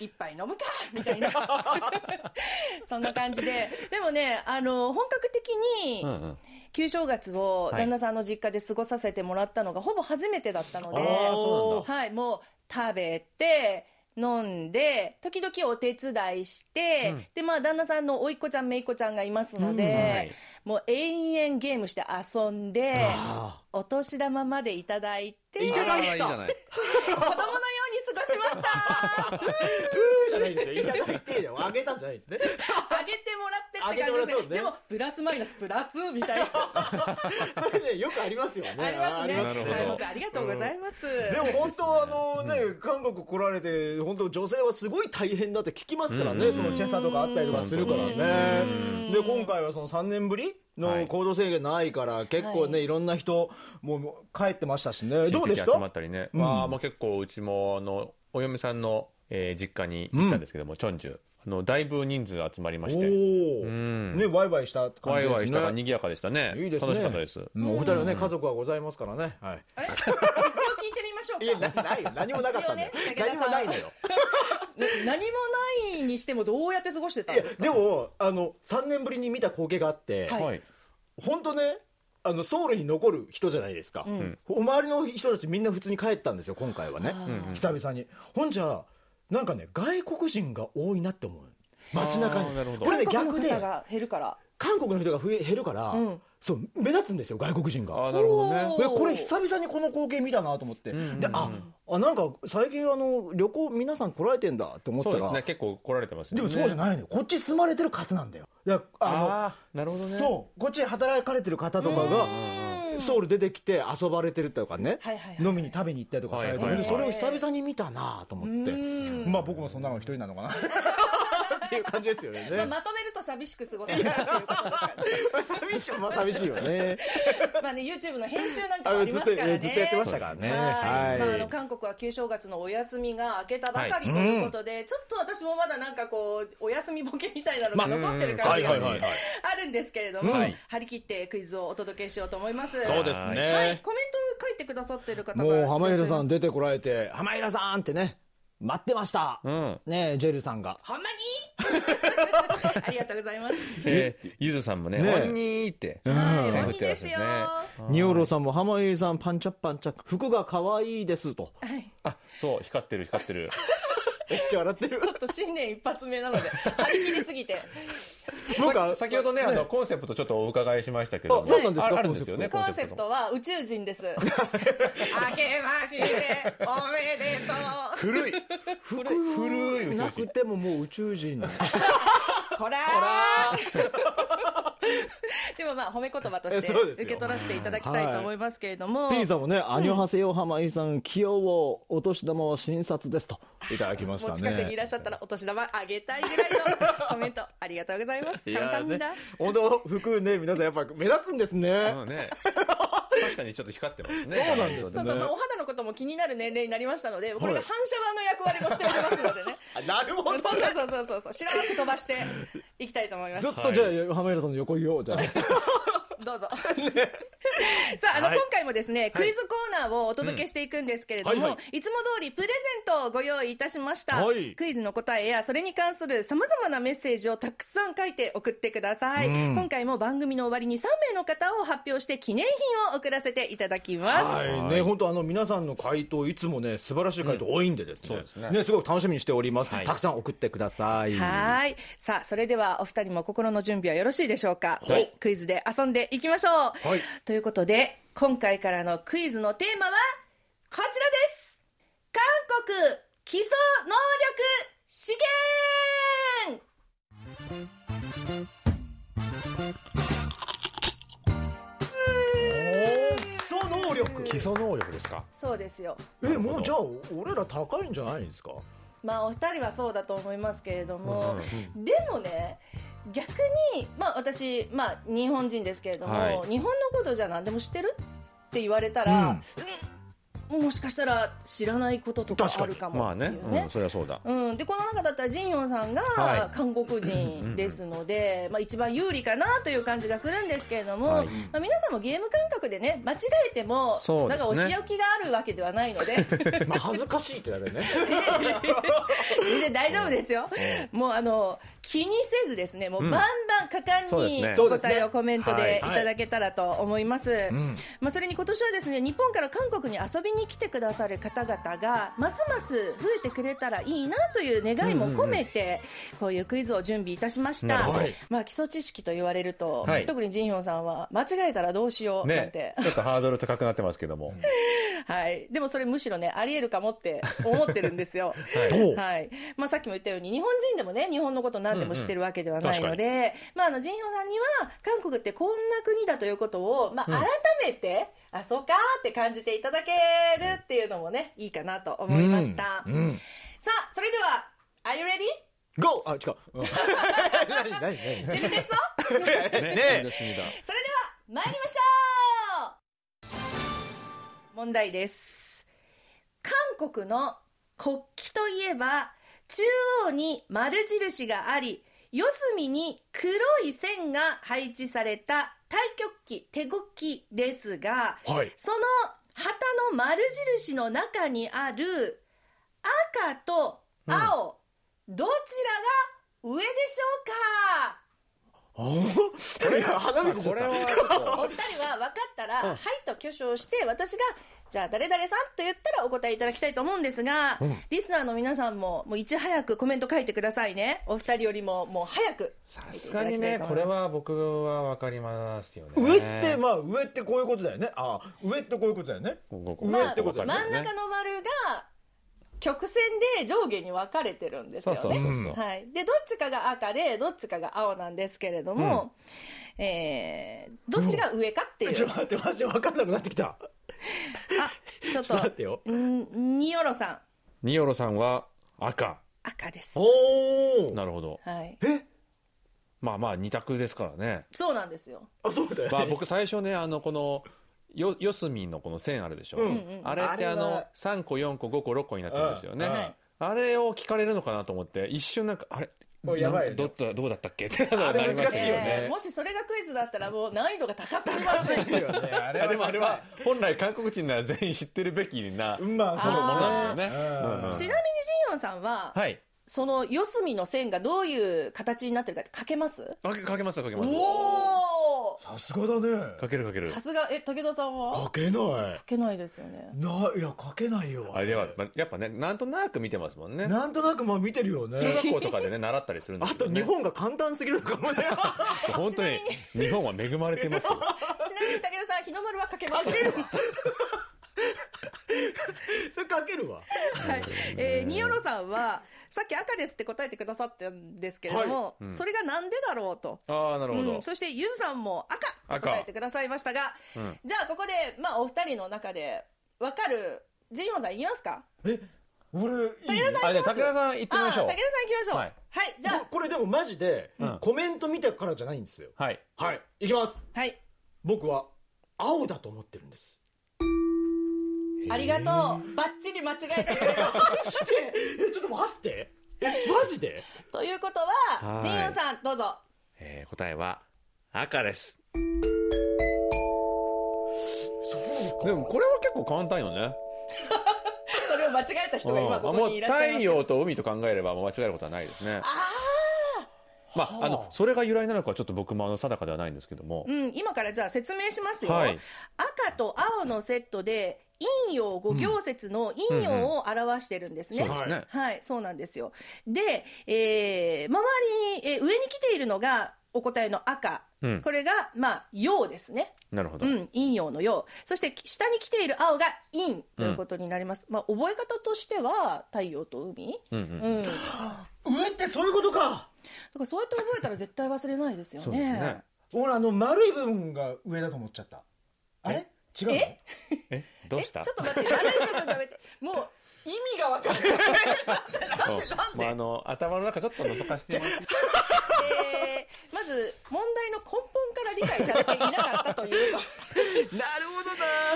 Speaker 3: 一杯飲むか!」みたいな そんな感じででもねあの本格的に、
Speaker 2: うんうん
Speaker 3: 旧正月を
Speaker 2: はい
Speaker 3: 旦那さんの実家で過ごさせてもらったのがほぼ初めてだったの
Speaker 2: あ
Speaker 3: で、
Speaker 2: ーそうなんだ
Speaker 3: はい、もう食べて飲んで時々お手伝いして、
Speaker 2: うん
Speaker 3: でまあ旦那さんの甥いっ子ちゃん姪っ子ちゃんがいますので、
Speaker 2: うんはい
Speaker 3: もう延々ゲームして遊んで
Speaker 2: あ
Speaker 3: お年玉までいただいて
Speaker 1: い
Speaker 3: 子
Speaker 1: た
Speaker 3: 供
Speaker 1: だ
Speaker 3: のよ
Speaker 2: あい
Speaker 1: いた
Speaker 2: いじゃないう
Speaker 3: に過ご しました
Speaker 1: じゃないんですよ。痛くて痛いであげたんじゃないですね。
Speaker 3: あげてもらってって感じで
Speaker 1: あげ
Speaker 3: す
Speaker 1: てもらっ
Speaker 3: ね
Speaker 1: たのね
Speaker 3: でもプラスマイナスプラス みたいな
Speaker 1: それねよくありますよね。
Speaker 3: ありますね
Speaker 2: あなるほど
Speaker 3: はい本当ありがとうございます、
Speaker 1: でも本当あのね、韓国来られて本当女性はすごい大変だって聞きますからね、
Speaker 2: うん
Speaker 1: そのチェサとかあったりとかするからね、で今回はその3年ぶ
Speaker 2: は
Speaker 1: りの
Speaker 2: い
Speaker 1: 行動制限ないから結構ね、、
Speaker 3: はい
Speaker 1: ろんな人もう帰ってましたしね
Speaker 2: 親
Speaker 1: どう
Speaker 2: 戚
Speaker 1: で
Speaker 2: 集
Speaker 1: した
Speaker 2: まったりね、
Speaker 1: うん
Speaker 2: まあもう結構うちもあのお嫁さんの、えー実家に行ったんですけども、チョンジュあのだいぶ人数集まりま
Speaker 1: お
Speaker 2: し
Speaker 1: お
Speaker 2: て
Speaker 1: ー、
Speaker 2: ん
Speaker 1: ねワイワイした感
Speaker 2: ワ
Speaker 1: じ
Speaker 2: イ
Speaker 1: で
Speaker 2: ワ
Speaker 1: す
Speaker 2: イし
Speaker 1: ね
Speaker 2: たから賑やかでしたね
Speaker 1: いいですね
Speaker 2: 楽しかったです
Speaker 1: うんお二人はね家族はございますからねはい
Speaker 3: あれ 一応聞いてみましょうか
Speaker 1: いやなないよ何もなかったんだよ、
Speaker 3: 一応ね武田さ
Speaker 1: 何
Speaker 3: ん
Speaker 1: もないのよ
Speaker 3: 何もないにしてもどうやって過ごしてたん
Speaker 1: いや
Speaker 3: ですか
Speaker 1: でもあの3年ぶりに見た光景があって、
Speaker 3: はい
Speaker 2: はい
Speaker 1: 本当ねあのソウルに残る人じゃないですか、
Speaker 3: ん
Speaker 1: お周りの人たちみんな普通に帰ったんですよ今回はね
Speaker 3: あー
Speaker 1: 久々にほんじゃなんかね外国人が多いなって思う街中
Speaker 2: あー
Speaker 1: に
Speaker 2: なるほど
Speaker 1: これね
Speaker 3: 韓
Speaker 1: 逆
Speaker 3: 国の
Speaker 1: で
Speaker 3: 方が減るから
Speaker 1: 韓国の人が増え減るから、
Speaker 3: うん
Speaker 1: そう目立つんですよ外国人
Speaker 2: あ
Speaker 1: が
Speaker 2: ーなるほどね
Speaker 3: ほ
Speaker 1: これこれ久々にこの光景見たなと思って、
Speaker 2: うんうんうん
Speaker 1: でああなんか最近あの旅行皆さん来られてんだって思った
Speaker 2: そう
Speaker 1: ら
Speaker 2: ですね結構来られてますよ
Speaker 1: で
Speaker 2: ね
Speaker 1: もそうじゃないのよこっち住まれてる方なんだよだからあの
Speaker 2: あーなるほどね
Speaker 1: そうこっちで働かれてる方とかがソウル出てきて遊ばれてるとかね、
Speaker 3: はいはいはい
Speaker 1: 飲みに食べに行ったりとかされてる、
Speaker 2: はいはいはい
Speaker 1: それを久々に見たなと思って、
Speaker 3: うん
Speaker 1: まあ僕もそんなの一人なのかなっていう感じですよね、
Speaker 3: まあまとめるとも寂しく過ごされたってい うことですから、ね、
Speaker 1: 寂しい、まあ、寂しいよね。
Speaker 3: まあね YouTube の編集なんかもあり
Speaker 1: ずっ
Speaker 3: ま
Speaker 1: と、
Speaker 3: すからね
Speaker 1: えずっとやってましたからね。
Speaker 3: はいまあ、あ
Speaker 1: は
Speaker 3: の
Speaker 1: い。
Speaker 3: 韓国は旧正月のお休みが明けたばかりということで、ちょっと私もまだなんかこうお休みボケみたいなのが
Speaker 1: まあ
Speaker 3: 残ってる
Speaker 2: は
Speaker 3: 感じ
Speaker 2: い
Speaker 3: が
Speaker 2: はいはいはい
Speaker 3: あるんですけれども、
Speaker 2: はい
Speaker 3: 張り切ってクイズをお届けしようと思います。
Speaker 4: そうです
Speaker 3: はい、
Speaker 4: ね。
Speaker 3: コメント書いてくださってる方が
Speaker 1: もう浜平
Speaker 3: いら
Speaker 1: さ
Speaker 3: っしゃいま
Speaker 1: ん
Speaker 3: す
Speaker 1: 出てこられて、浜平さんってね、待ってました。
Speaker 2: うん
Speaker 1: ねえジェルさんが。
Speaker 3: ほんまに ありがとうござ います。
Speaker 2: えーゆずさんもね、
Speaker 1: ねえ
Speaker 2: ワンニーって、
Speaker 3: はい
Speaker 2: 手を振
Speaker 3: 本
Speaker 2: っ
Speaker 3: 気
Speaker 2: てら
Speaker 3: で
Speaker 2: っし
Speaker 3: す
Speaker 2: ゃ
Speaker 3: よ。
Speaker 2: るね
Speaker 3: は
Speaker 1: ニオロさんも浜平さんパンチャッパンチャッ服が可愛いですと。
Speaker 3: い。
Speaker 2: あ、そう、光ってる、光ってる。
Speaker 1: めっちゃ笑ってる
Speaker 3: ちょっと新年一発目なので、張り切りすぎて。
Speaker 1: なんか
Speaker 2: さ先ほどね、あの、コンセプトちょっとお伺いしましたけども
Speaker 1: あ何なんですか
Speaker 2: ああるんですよね、
Speaker 3: コ
Speaker 2: コン
Speaker 3: ン
Speaker 2: セ
Speaker 3: セ
Speaker 2: プ
Speaker 3: プ
Speaker 2: ト。
Speaker 3: トは宇宙人です。明けましておめでと
Speaker 2: 古い
Speaker 1: 服
Speaker 2: 古い宇宙人
Speaker 1: なくてももう宇宙人。
Speaker 3: う。こらー でもまあ褒め言葉として
Speaker 1: そうです
Speaker 3: 受
Speaker 1: よ
Speaker 3: け取らせていただきたいと思いますけれども、
Speaker 1: P さんもね、アニョハセヨ浜井さん、起用をお年玉は診察ですと、いただきまし
Speaker 3: も
Speaker 1: た
Speaker 3: う近くにい
Speaker 1: ね。
Speaker 3: らっしゃったらお年玉あげたいぐらいのコメントありがとうございます。
Speaker 1: い
Speaker 3: 感謝
Speaker 1: や
Speaker 3: み
Speaker 1: ね
Speaker 3: だ。、
Speaker 1: 本当、服ね、皆さんやっぱ目立つんですね。
Speaker 2: うんね。確かにちょっと光ってますね。そうなんです
Speaker 3: そうそう、まあ、お肌のことも気になる年齢になりましたので、これが反射板の役割もしておりますのでね。
Speaker 1: あなるほ
Speaker 3: そ
Speaker 1: ど
Speaker 3: う
Speaker 1: ね。
Speaker 3: そうそうそうそうそう、しらーっと飛ばしていきたいと思います
Speaker 1: ずっ。とじゃあ、浜平さんの横いよう、じゃあ。
Speaker 3: どうぞ。さあ、あの、今回もですね、クイズコーナーをお届けしていくんですけれども、
Speaker 4: うん
Speaker 3: い
Speaker 4: はいはい
Speaker 3: つも通りプレゼントをご用意いたしました。
Speaker 4: はい
Speaker 3: クイズの答えや、それに関する様々なメッセージをたくさん書いて送ってください。今回も番組の終わりに3名の方を発表して記念品を送らせていただきます。
Speaker 1: はいね、本当あの皆さんの回答いつもね素晴らしい回答多いんでですね,、
Speaker 2: そうですね
Speaker 1: すごく楽しみにしております、
Speaker 2: はい
Speaker 1: たくさん送ってください
Speaker 3: はい。さあ、それではお二人も心の準備はよろしいでしょうか。
Speaker 2: はい
Speaker 3: クイズで遊んでいきましょう。
Speaker 1: はい
Speaker 3: ということで、今回からのクイズのテーマは、こちらです韓国基礎能力資源
Speaker 1: 基礎能力
Speaker 2: 基礎能力ですか。
Speaker 3: そうですよ。
Speaker 1: えもうじゃあ俺ら高いんじゃないです か
Speaker 3: まあ、お二人はそうだと思いますけれども、でもね、逆に、まあ、私、まあ、日本人ですけれども、
Speaker 2: はい
Speaker 3: 日本のことじゃ何でも知ってるって言われたら、うんもしかしたら知らないこととか
Speaker 1: 確か
Speaker 3: あ
Speaker 1: に
Speaker 3: るかも
Speaker 2: ま
Speaker 3: っ
Speaker 2: あ
Speaker 3: てい
Speaker 2: ね、
Speaker 3: う
Speaker 2: う
Speaker 3: ね
Speaker 2: ん、。そりゃそうだ。
Speaker 3: うん、でこの中だったらジンヨンさんが
Speaker 2: は
Speaker 3: 韓国人ですので、まあ、一番有利かなという感じがするんですけれども、
Speaker 2: はい
Speaker 3: まあ、皆さんもゲーム感覚でね間違えても、
Speaker 2: そう
Speaker 3: な
Speaker 2: で
Speaker 3: ん
Speaker 2: すね
Speaker 3: かお仕置きがあるわけではないので
Speaker 1: まあ恥ずかしいって言われるね
Speaker 3: 全然大丈夫ですよ、もうあの気にせずですねもうバンバン果
Speaker 2: そう
Speaker 3: 敢
Speaker 2: です
Speaker 3: に
Speaker 2: ね
Speaker 3: お答えをコメント
Speaker 2: そうで
Speaker 3: ですい
Speaker 2: ね
Speaker 3: ただけたらと思います、まあ、それに今年はですね日本から韓国に遊びに来てくださる方々がますます増えてくれたらいいなという願いも込めてこういうクイズを準備いたしまし
Speaker 2: な
Speaker 3: た、
Speaker 2: るほど
Speaker 3: まあ、基礎知識と言われると、
Speaker 2: はい
Speaker 3: 特にジンヒョンさんは間違えたらどうしようなんて、
Speaker 2: ね、ちょっとハードル高くなってますけども。
Speaker 3: はい、でもそれむしろねありえるかもって思ってるんですよ。
Speaker 1: どう
Speaker 3: はいまあ、さっきも言ったように日本人でもね日本のこと何でも知ってるわけではないので、まあ、あのジンヒョンさんには韓国ってこんな国だということを、まあ、改めて、あそうかって感じていただけるっていうのもねいいかなと思いました、さあそれでは「Are you ready?
Speaker 1: GO! あ違ううん 何何何
Speaker 3: 準備ですぞ! 」
Speaker 2: ね
Speaker 1: え
Speaker 2: 楽しみだ
Speaker 3: それでは参りましょう問題です韓国の国旗といえば中央に丸印があり四隅に黒い線が配置された太極旗手国旗ですが、
Speaker 1: はい
Speaker 3: その旗の丸印の中にある赤と青、どちらが上でしょうか
Speaker 1: あいや鼻
Speaker 2: こ
Speaker 1: 水こ
Speaker 2: れ
Speaker 1: れ
Speaker 2: は
Speaker 1: は
Speaker 2: ちょっ
Speaker 3: お二人は分かったら、はいと挙手をして、私が、じゃあ誰々さんと言ったらお答えいただきたいと思うんですが、リスナーの皆さんも、もういち早くコメント書いてくださいね。お二人よりも、もう早く。
Speaker 2: とさすがにね、これは僕はわかりますよね。
Speaker 1: 上ってまあ上ってこういうことだよねあ上ってこういうことだよね
Speaker 2: ここ
Speaker 1: 上
Speaker 3: まあ、
Speaker 1: ってことだ
Speaker 3: 真
Speaker 1: よ
Speaker 3: ん
Speaker 1: ね
Speaker 3: 中の丸が、曲線で上下に分かれてるんです
Speaker 2: そ
Speaker 3: よ
Speaker 2: う
Speaker 3: ね。
Speaker 2: そうそうそう。
Speaker 3: はい、でどっちかが赤でどっちかが青なんですけれども、えーどっちが上かっていう
Speaker 1: ちょっと待ってマジ分かんなくなってきた
Speaker 3: あちょ
Speaker 1: ちょ
Speaker 3: っ
Speaker 1: っと待って
Speaker 3: と
Speaker 1: よ
Speaker 3: んによろさん
Speaker 2: ニオロさんは赤。
Speaker 3: 赤です
Speaker 1: おお
Speaker 2: なるほど。
Speaker 3: はい。
Speaker 2: まあまあ二択ですからね。
Speaker 3: そうなんですよ。
Speaker 1: あそうだよね、
Speaker 2: まあ僕最初ねあのこのよ四隅のこの線あるでしょ、
Speaker 1: うん
Speaker 3: うん
Speaker 2: あれって
Speaker 1: あ
Speaker 2: あ
Speaker 1: れは
Speaker 2: の3個4個5個6個になってるんですよね、
Speaker 1: うん
Speaker 3: はい
Speaker 2: あれを聞かれるのかなと思って一瞬なんかあれ
Speaker 1: もうやばい
Speaker 2: な
Speaker 1: よ
Speaker 2: んどどどうだったっけって
Speaker 1: あれ
Speaker 2: なりま
Speaker 1: 難
Speaker 2: す
Speaker 1: しい
Speaker 2: よ
Speaker 1: よ
Speaker 2: ね
Speaker 3: えーもしそれがクイズだったらもう難易度が高すぎます
Speaker 1: 高すぎるよねあれは
Speaker 2: あでもあれは本来韓国人なら全員知ってるべきな
Speaker 1: うんまあ
Speaker 2: そ
Speaker 1: そう
Speaker 2: のもの
Speaker 1: だ
Speaker 2: なんですよね、
Speaker 1: あー
Speaker 2: うんうん
Speaker 1: し
Speaker 3: ちなみにジンヨンさんは、
Speaker 2: はい
Speaker 3: その四隅の線がどういう形になってるかって書けます
Speaker 2: あかけますよかけます
Speaker 3: おお
Speaker 1: さすがだね
Speaker 2: かけるかける
Speaker 3: さすがえ武田さんは
Speaker 1: かけない
Speaker 3: 書けないですよね
Speaker 1: ないやかけないよ
Speaker 2: あれでは、まあ、やっぱねなんとなく見てますもんね
Speaker 1: なんとなくまあ見てるよ
Speaker 2: 中
Speaker 1: ね
Speaker 2: 学校とかでね習ったりするんで
Speaker 1: あ
Speaker 2: すけ
Speaker 1: と
Speaker 2: ど、
Speaker 1: 日
Speaker 2: ね、
Speaker 1: 本が簡単すぎるのかもね
Speaker 2: そう本当に日本は恵まれてますよ
Speaker 3: ちなみに武田さん日の丸は書けます
Speaker 1: 書けるわ それかけるわ
Speaker 3: はい、えー、ニオロさんはさっき赤ですって答えてくださったんですけれども、
Speaker 2: いうん
Speaker 3: それがなんでだろうと、
Speaker 2: ああなるほど、
Speaker 3: うんそしてゆずさんも赤
Speaker 2: 赤
Speaker 3: 答えてくださいましたが、
Speaker 2: うん
Speaker 3: じゃあここでまあお二人の中でわかるジンヨンさんいきますか
Speaker 1: え俺いい
Speaker 3: 武田さん
Speaker 2: あじゃあ
Speaker 3: 行きます
Speaker 2: 武田さん行ってみましょう
Speaker 3: あー武田さん行きましょうは
Speaker 2: はいい、
Speaker 3: じゃあ
Speaker 1: これでもマジで、
Speaker 2: うん
Speaker 1: コメント見てからじゃないんですよ
Speaker 2: はい
Speaker 1: はいいきます
Speaker 3: はい
Speaker 1: 僕は青だと思ってるんです
Speaker 3: ありがとうバッチリ間違えてくれました
Speaker 1: えちょっと待ってえマジで
Speaker 3: ということ
Speaker 2: は
Speaker 3: はいジンヨンさんどうぞ
Speaker 2: えー答えは赤です
Speaker 1: そう
Speaker 2: でもこれは結構簡単よね
Speaker 3: それを間違えた人が今ここにいらっしゃい
Speaker 2: もう太
Speaker 3: ます
Speaker 2: 陽と海と考えればもう間違えることはないですねまあ、あのそれが由来なのかはちょっと僕もあの定かではないんですけども、
Speaker 3: うん、今からじゃあ説明しますよ、
Speaker 2: はい
Speaker 3: 赤と青のセットで陰陽五行説の陰陽を表してるんですね、
Speaker 2: そうですね、
Speaker 1: は
Speaker 3: はい、そうなんですよ。で、えー周りに、えー上に来ているのがお答えの赤。
Speaker 2: うん
Speaker 3: これが、まあ、陽ですね。
Speaker 2: なるほど、
Speaker 3: うん、陰陽の陽。そして、き下に来ている青が陰ということになります。まあ、覚え方としては、太陽と海。
Speaker 2: うんう
Speaker 3: うんん。だか
Speaker 1: 上ってそういうことから
Speaker 3: そうやって覚えたら絶対忘れないですよ
Speaker 2: そうですね
Speaker 3: ね。
Speaker 1: 俺あの丸い部分が上だと思っちゃったあれ違う の
Speaker 3: え
Speaker 2: えどう
Speaker 3: え、
Speaker 2: し
Speaker 3: ちょ
Speaker 2: た
Speaker 3: っと待って、悪い部分がめて、もう、意味がわかんない。
Speaker 2: うんまああの頭の中ちょっと覗かせてもらって
Speaker 3: えーまず、問題の根本から理解されていなかったという。
Speaker 1: なる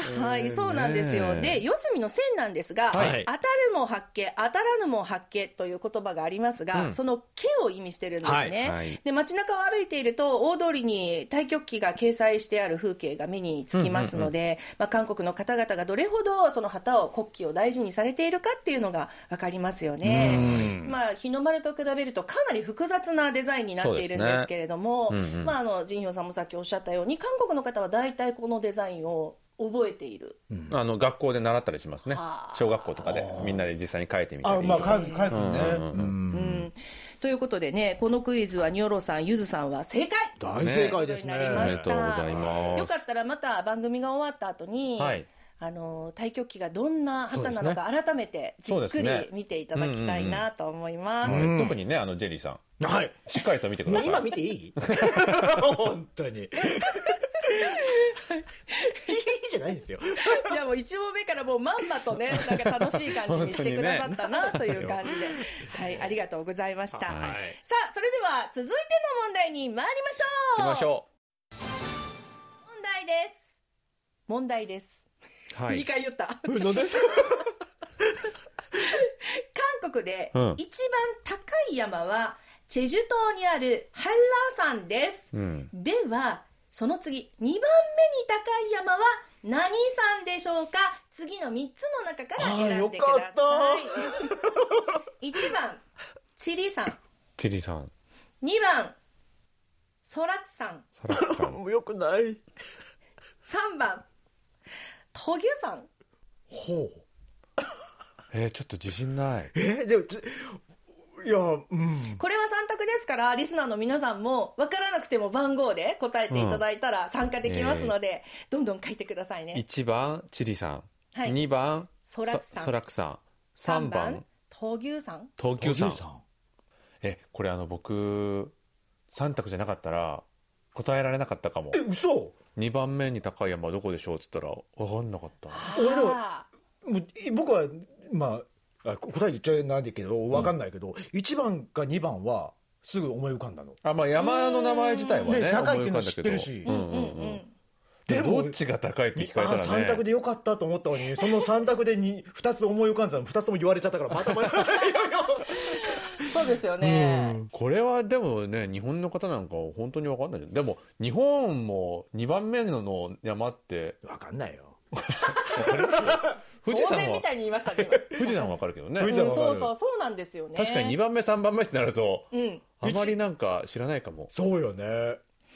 Speaker 1: ほどな
Speaker 3: はい、そうなんですよ。
Speaker 2: ねえ
Speaker 3: で、四隅の線なんですが、
Speaker 2: はい
Speaker 3: 当たるも発見、当たらぬも発見という言葉がありますが、
Speaker 2: うん
Speaker 3: その毛を意味してるんですね。
Speaker 2: はいはい
Speaker 3: で、街中を歩いていると、大通りに対極旗が掲載してある風景が目につきますので、まあ、韓国の方々がどれほどその旗を、国旗を大事にされているかっていうのがわかりますよね。
Speaker 2: うん
Speaker 3: まあ、日の丸と比べるとかなり複雑なデザインになっているんですけれども、
Speaker 2: そうですねうんうん
Speaker 3: まあ、あのジンヒョンさんもさっきおっしゃったように韓国の方は大体このデザインを覚えている、
Speaker 2: あの学校で習ったりしますね
Speaker 3: あー
Speaker 2: 小学校とかでみんなで実際に書いてみたり
Speaker 1: あまあ書く書くね
Speaker 2: うん
Speaker 1: う
Speaker 3: うん
Speaker 1: ん
Speaker 3: ということでねこのクイズはニョロさんゆずさんは正解
Speaker 1: 大正解ですね
Speaker 3: ということになり
Speaker 2: お
Speaker 3: ま
Speaker 2: め
Speaker 3: し
Speaker 2: で
Speaker 3: た
Speaker 2: とうございます
Speaker 3: よかったらまた番組が終わった後に、
Speaker 2: はい
Speaker 3: あの対局旗がどんな旗なのか改めてじ
Speaker 2: そう
Speaker 3: っ
Speaker 2: で
Speaker 3: く
Speaker 2: す
Speaker 3: り
Speaker 2: ね
Speaker 3: 見ていただきたいなと思います。
Speaker 2: はい
Speaker 1: うん
Speaker 2: 特にねあのジェリーさん
Speaker 1: はい
Speaker 2: しっかりと見てく
Speaker 1: も
Speaker 2: だ
Speaker 1: う
Speaker 2: さい
Speaker 1: 今見ていい本当にいいじゃないですよ
Speaker 3: いやもう一問目からもうまんまとね、なんか楽しい感じにしてくださったなという感じ で、はい、ありがとうございました。さ
Speaker 2: はい
Speaker 3: あ、それでは続いての問題に参りましょう。
Speaker 2: 行きましょ
Speaker 3: 問題です。問題です。
Speaker 2: うは
Speaker 3: 2回言った。
Speaker 1: えなんで
Speaker 3: 韓国で一
Speaker 2: うん
Speaker 3: 番高い山は、チェジュ島にあるハンラー山です。
Speaker 2: うん
Speaker 3: では、その次、2番目に高い山は何山でしょうか次の3つの中から選んでくださ
Speaker 1: あ
Speaker 3: い。1番、チリ山。
Speaker 2: ジェリーさん
Speaker 3: 2番、ソラツ山。
Speaker 2: サラキさん
Speaker 1: もうよくない
Speaker 3: 3番、トギュ山。
Speaker 1: ほう
Speaker 2: えーちょっと自信ない
Speaker 1: えでもちいやうん
Speaker 3: これは3択ですから、リスナーの皆さんも分からなくても番号で答えていただいたら参加できますので、どんどん書いてくださいね。
Speaker 2: 1番チリさん、
Speaker 3: はい
Speaker 2: 2番
Speaker 3: ソラクさん
Speaker 2: ソラクさん3番、
Speaker 3: 闘牛山。
Speaker 2: 東急さん
Speaker 1: おじいん
Speaker 2: えこれあの僕3択じゃなかったら答えられなかったかも
Speaker 1: え嘘も
Speaker 2: 2番目に高い山はどこでしょうっつったら分かんなかった
Speaker 1: 俺でも
Speaker 3: あー
Speaker 1: うえ僕はまああこ答え言っちゃないんだけどわかんないけど、一1番か2番はすぐ思い浮かんだの
Speaker 2: あまあ山の名前自体はね
Speaker 1: で高いっていうの
Speaker 2: 思浮かんだけど
Speaker 1: 知ってるし
Speaker 2: うんうん
Speaker 3: うんうん
Speaker 2: で
Speaker 1: で
Speaker 2: も
Speaker 1: も
Speaker 2: どっちが高いって聞かれ
Speaker 1: あ
Speaker 2: たらね
Speaker 1: 3択でよかったと思った のにその3択で 2, 2つ思い浮かんだの2つとも言われちゃったからまた迷う
Speaker 3: そうです よ
Speaker 2: う
Speaker 3: ね。
Speaker 2: んこれはでもね日本の方なんかは本当に分かんないじゃんでも日本も2番目の山って
Speaker 1: わかんないよ
Speaker 2: 富士
Speaker 3: 当
Speaker 2: 山
Speaker 3: 然
Speaker 2: は
Speaker 3: みたいに言いまし たね。
Speaker 2: 富士山は分かるけどね
Speaker 1: 富士
Speaker 3: 今
Speaker 1: 山
Speaker 3: うん、
Speaker 1: わかる
Speaker 3: そうそうそうなんですよね。
Speaker 2: 確かに2番目3番目ってなると
Speaker 3: うん。
Speaker 2: あまりなんか知らないかも
Speaker 1: そうよね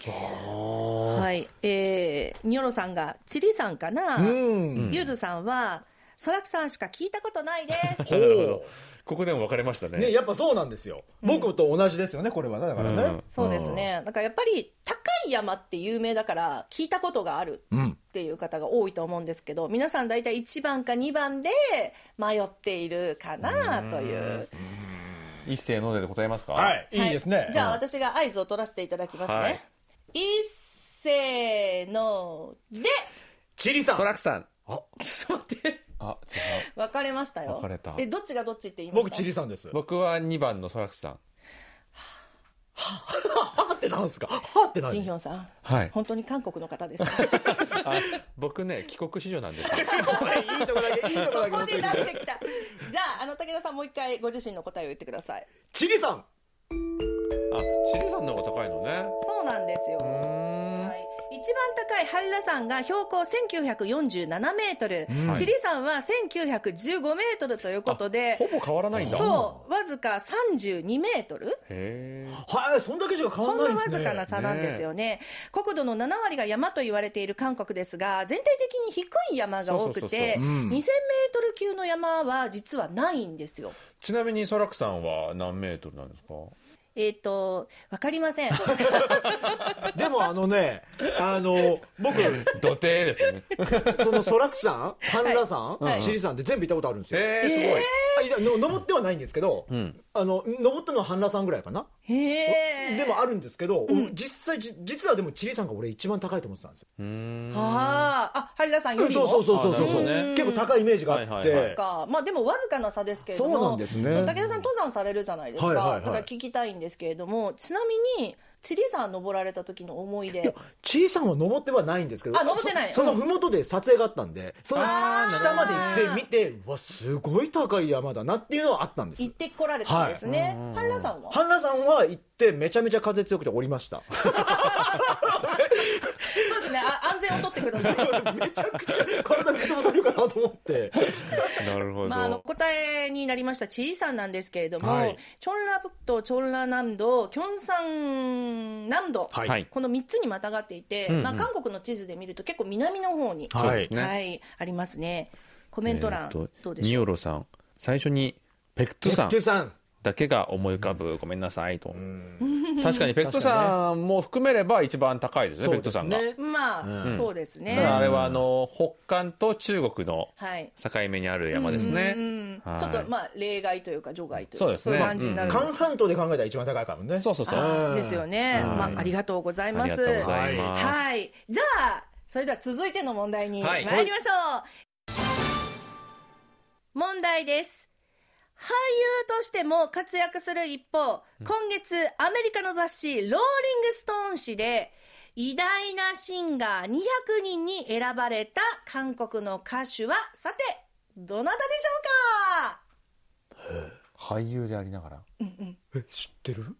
Speaker 3: はい。えー、ニョロさんがチリさんかな。
Speaker 1: うん
Speaker 3: ゆずさんはそらくさんしか聞いたことないです。
Speaker 2: なるほどここでも分かれましたね
Speaker 1: ねやっぱそうなんですよ僕と同じですよねこれはねだからね、
Speaker 2: うん
Speaker 3: そうですね。だからやっぱり高い山って有名だから聞いたことがある
Speaker 5: うん
Speaker 3: っていう方が多いと思うんですけど、皆さん大体1番か2番で迷っているかなという。
Speaker 2: 一斉ので答えますか
Speaker 1: はいいいですね、
Speaker 3: じゃあ私が合図を取らせていただきますね。
Speaker 2: はい
Speaker 3: い、っせーので
Speaker 1: チリさん
Speaker 2: そらくさん
Speaker 3: ちょっと待って
Speaker 2: あ違う
Speaker 3: 分かれましたよ。
Speaker 2: 分かれた
Speaker 3: えどっちがどっちって言いまし
Speaker 1: 僕
Speaker 3: た
Speaker 1: チリさんです
Speaker 2: 僕は2番のそらくさん
Speaker 1: はってなんすかはってな
Speaker 3: ジン
Speaker 1: い
Speaker 3: ヒョンさん、
Speaker 2: はい
Speaker 3: 本当に韓国の方ですか。
Speaker 2: あ僕ね帰国子女なんですよ
Speaker 1: いいとこだけいいとこ
Speaker 3: そ
Speaker 1: だけ
Speaker 3: こで出してきた。じゃあ、あの武田さん、もう一回ご自身の答えを言ってください。
Speaker 1: チリさん
Speaker 2: あチリさんの方が高いのね
Speaker 3: そうなんですよ。
Speaker 2: う
Speaker 3: は
Speaker 2: ーん
Speaker 3: い、一番高い半ラ山が標高1947メートル、
Speaker 2: ん
Speaker 3: チリ山は1915メートルということで、
Speaker 2: ほぼ変わらないんだ
Speaker 3: そう、わずか32メートル
Speaker 2: へえ
Speaker 1: はいそんだけしか変
Speaker 3: ほ
Speaker 1: わ
Speaker 3: んの
Speaker 1: らない
Speaker 3: わ
Speaker 1: です
Speaker 3: ず
Speaker 1: ね
Speaker 3: かな差なんですよね国土の7割が山と言われている韓国ですが、全体的に低い山が多
Speaker 2: そうそうそ
Speaker 3: く
Speaker 2: うそう
Speaker 3: て、2000
Speaker 2: う
Speaker 3: メートル級の山は実はないんですよ。
Speaker 2: ちなみにそらくさんは何メートルなんですか
Speaker 3: えっ、と、わかりません。
Speaker 1: でもあのねあの僕
Speaker 2: 土手ですね
Speaker 1: そのソラクさん、パンラさん、
Speaker 3: はい
Speaker 1: チリさんって全部行ったことあるんですよ。
Speaker 2: えー、すごい、
Speaker 1: あいやの登ってはないんですけど、
Speaker 2: ん
Speaker 1: あの登ったのは半ラさんぐらいかな、
Speaker 3: へえ。
Speaker 1: でもあるんですけど、実際じ実はでもチリさんが俺一番高いと思ってたんですよ、
Speaker 2: うーん
Speaker 3: はあ、あ、ハリさん
Speaker 1: う
Speaker 3: よ
Speaker 1: ん
Speaker 3: り
Speaker 1: そ
Speaker 3: も。
Speaker 1: うそうそうそうそう
Speaker 2: あなるほどね
Speaker 1: 結構高いイメージがあって、
Speaker 2: はいはいはい
Speaker 3: かまあでもわずかな差ですけれども
Speaker 1: そうなんですね
Speaker 3: その武田さん登山されるじゃないですか、
Speaker 1: はいはいはい
Speaker 3: だから聞きたいんですけれどもちなみに千里山登られた時の思い
Speaker 1: いや
Speaker 3: 出
Speaker 1: チリさんは登ってはないんですけど
Speaker 3: あ登ってない
Speaker 1: そその麓で撮影があったんでその
Speaker 3: あー
Speaker 1: 下まで行って見てうわすごい高い山だなっていうのはあったんです
Speaker 3: 行ってこられたんですね、ハリさんは
Speaker 1: 半ラさんは行ってめちゃめちゃ風強くて降りました
Speaker 3: そうですねあ安全をとってく ださい
Speaker 1: めちゃくちゃ体吹き飛ばされるかなと思って。
Speaker 2: なるほど、
Speaker 3: まあ、あの答えになりましたチリさんなんですけれども、
Speaker 1: はい
Speaker 3: チョンラプト、チョンラ南道、キョンサン南道、
Speaker 1: はい
Speaker 2: はい
Speaker 3: この3つにまたがっていて、
Speaker 2: うんうん
Speaker 3: まあ、韓国の地図で見ると結構南の方に、
Speaker 1: はい
Speaker 2: そうですね、
Speaker 3: はいありますね。コメント欄、
Speaker 2: えーと
Speaker 3: どうで
Speaker 2: ニ
Speaker 3: しょう。
Speaker 2: オロさん最初にペクトゥさん
Speaker 1: 鉄球さん。
Speaker 2: だけが思い浮かぶ、ごめんなさいと、確かにペクトさんも含めれば一番高いですねペクトさんが、
Speaker 3: まあ、
Speaker 1: うん
Speaker 3: そうです
Speaker 2: ただあ
Speaker 3: ね。
Speaker 2: れはあの北韓と中国の
Speaker 3: はい。
Speaker 2: 境目にある山ですね、
Speaker 3: うん
Speaker 2: はい
Speaker 3: ちょっとまあ例外というか除外というか
Speaker 2: そうですね
Speaker 3: いう感じになるんです
Speaker 1: 関半島で考えたら一番高いからね。
Speaker 2: そうそうそうあ
Speaker 3: あーですよね。
Speaker 2: はい
Speaker 3: まあありがとうござい
Speaker 2: り
Speaker 3: ま
Speaker 2: が
Speaker 3: す。
Speaker 2: とうございます、
Speaker 3: はい。じゃあ、それでは続いての問題に
Speaker 2: は
Speaker 3: 参
Speaker 2: い
Speaker 3: りましょう。問題です。俳優としても活躍する一方、今月アメリカの雑誌ローリングストーン誌で偉大なシンガー200人に選ばれた韓国の歌手は、さて、どなたでしょうか
Speaker 2: 俳優でありながら
Speaker 1: え、知ってる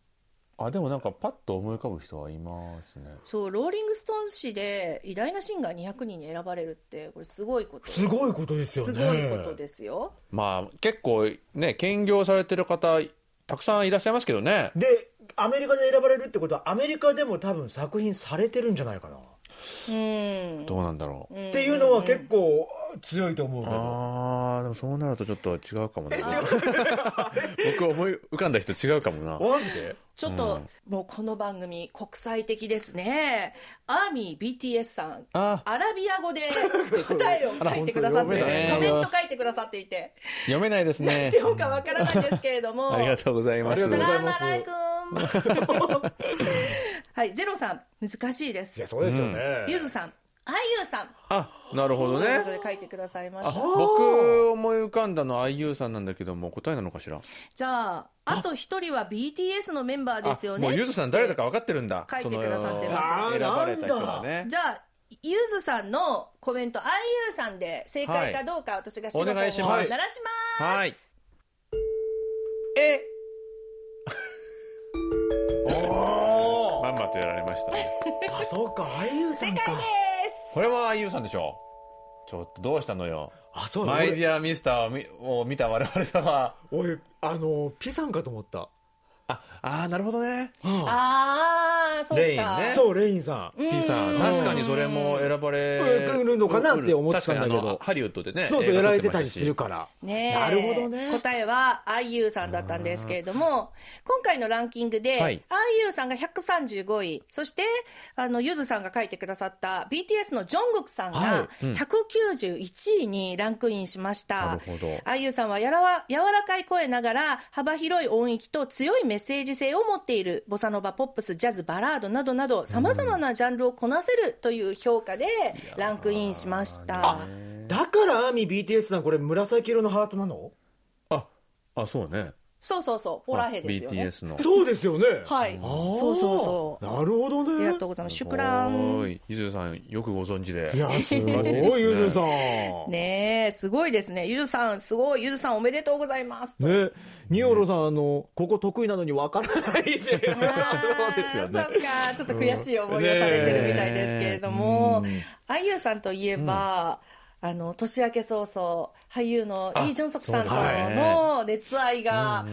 Speaker 2: あでもなんかパッと思い浮かぶ人はいますね
Speaker 3: そう、ローリングストーン誌で偉大なシンガー200人に選ばれるって、これすごいこと。
Speaker 1: すごいことですよね。
Speaker 3: すごいことですよ。
Speaker 2: まあ結構ね兼業されてる方たくさんいらっしゃいますけどね
Speaker 1: で、アメリカで選ばれるってことは、アメリカでも多分作品されてるんじゃないかな。
Speaker 3: うん。
Speaker 2: どうなんだろう、
Speaker 1: っていうのは結構強いと思うけど。
Speaker 2: ああでもそうなるとちょっと違うかもな僕思い浮かんだ人違うかもな
Speaker 1: マジで
Speaker 3: ちょっと、もうこの番組国際的ですねアーミー BTS さん
Speaker 2: あ
Speaker 3: アラビア 語で答えを書いてくださってい
Speaker 2: あら本当
Speaker 3: て、コメン
Speaker 2: 読めない
Speaker 3: ト書いてくださっていて
Speaker 2: 読めないですね
Speaker 3: どうかわからないですけれど も
Speaker 2: ありがとうございます
Speaker 1: ありがとうございます
Speaker 3: サラーマライクンはいゼロさん難しいで
Speaker 1: い
Speaker 3: す
Speaker 1: や、そうですよね。
Speaker 3: ゆずさん俳優さん
Speaker 2: あなるほど
Speaker 3: ということ
Speaker 2: ね
Speaker 3: で書いてくださいま
Speaker 2: あ
Speaker 3: した
Speaker 2: 僕思い浮かんだの IU さんなんだけども答えなのかしら
Speaker 3: じゃああと一人は BTS のメンバーですよね
Speaker 2: あもうゆずさん誰だか分かってるんだ
Speaker 3: 書いてくださってます
Speaker 2: その選ばれた人が
Speaker 1: あ
Speaker 2: ね
Speaker 3: じゃあゆずさんのコメント IU さんで正解かどうか、私が白の方を
Speaker 2: お願いします
Speaker 3: 鳴らします、
Speaker 2: はい え
Speaker 1: あ
Speaker 2: まんまとやられましたね
Speaker 1: あそうかあゆさ
Speaker 3: 正
Speaker 1: ん
Speaker 3: 解
Speaker 1: か
Speaker 3: です
Speaker 2: これは IU さんでしょちょっとどうしたのよ
Speaker 1: あそう
Speaker 2: マイデ
Speaker 1: 俺
Speaker 2: ィアミスターを見を見た我々は
Speaker 1: 俺あのピさんかと思った
Speaker 2: ああーなるほどね
Speaker 3: ああそうか
Speaker 2: レインね
Speaker 1: そうレインさん
Speaker 2: P さん確かにそれも選ばれ
Speaker 1: うんるのかなって思ってたんだけど
Speaker 2: 確かにあのハリウッドでね
Speaker 1: そうそう
Speaker 2: 映
Speaker 1: や
Speaker 2: 画
Speaker 1: ら
Speaker 2: 撮
Speaker 1: れ
Speaker 2: ってましたし
Speaker 1: りするから
Speaker 3: ねえ
Speaker 1: なるほどね
Speaker 3: 答えは IU さんだったんですけれども今回のランキングで、
Speaker 2: はい
Speaker 3: IU さんが135位そしてあのゆずさんが書いてくださった BTS のジョングクさん
Speaker 1: は
Speaker 3: が191位にランクインしました、
Speaker 2: なるほど
Speaker 3: IU さんはやらわ柔らかい声ながら幅広い音域と強いメッセージ性を持っているボサノバポップスジャズバラードなどなどさまざまなジャンルをこなせるという評価でランクインしました。
Speaker 1: あだからアーミー BTS さんこれ紫色のハートなの
Speaker 2: ああそうね
Speaker 3: そうそうそう、ポラヘですよね。
Speaker 2: BTS の
Speaker 1: そうですよね
Speaker 3: はい
Speaker 1: あー
Speaker 3: そうそうそう
Speaker 1: なるほど
Speaker 3: あ
Speaker 1: ね
Speaker 3: りがとうございます。シュクラン。
Speaker 2: ンゆずさんよくご存知で
Speaker 1: いやす
Speaker 2: 晴らしい
Speaker 1: ごいゆずさん
Speaker 3: ねえ、すごいですね。ゆずさん、すごい。ゆずさん、おめでとうございます。
Speaker 1: ね、ニオロさん、あの、ここ得意なのに分からない で。
Speaker 3: あーそっか、ちょっと悔しい思いをされてるみたいですけれども、あゆさんといえば、あの年明け早々、俳優のイ・ジョンソクさんと
Speaker 2: そうですね
Speaker 3: の熱愛が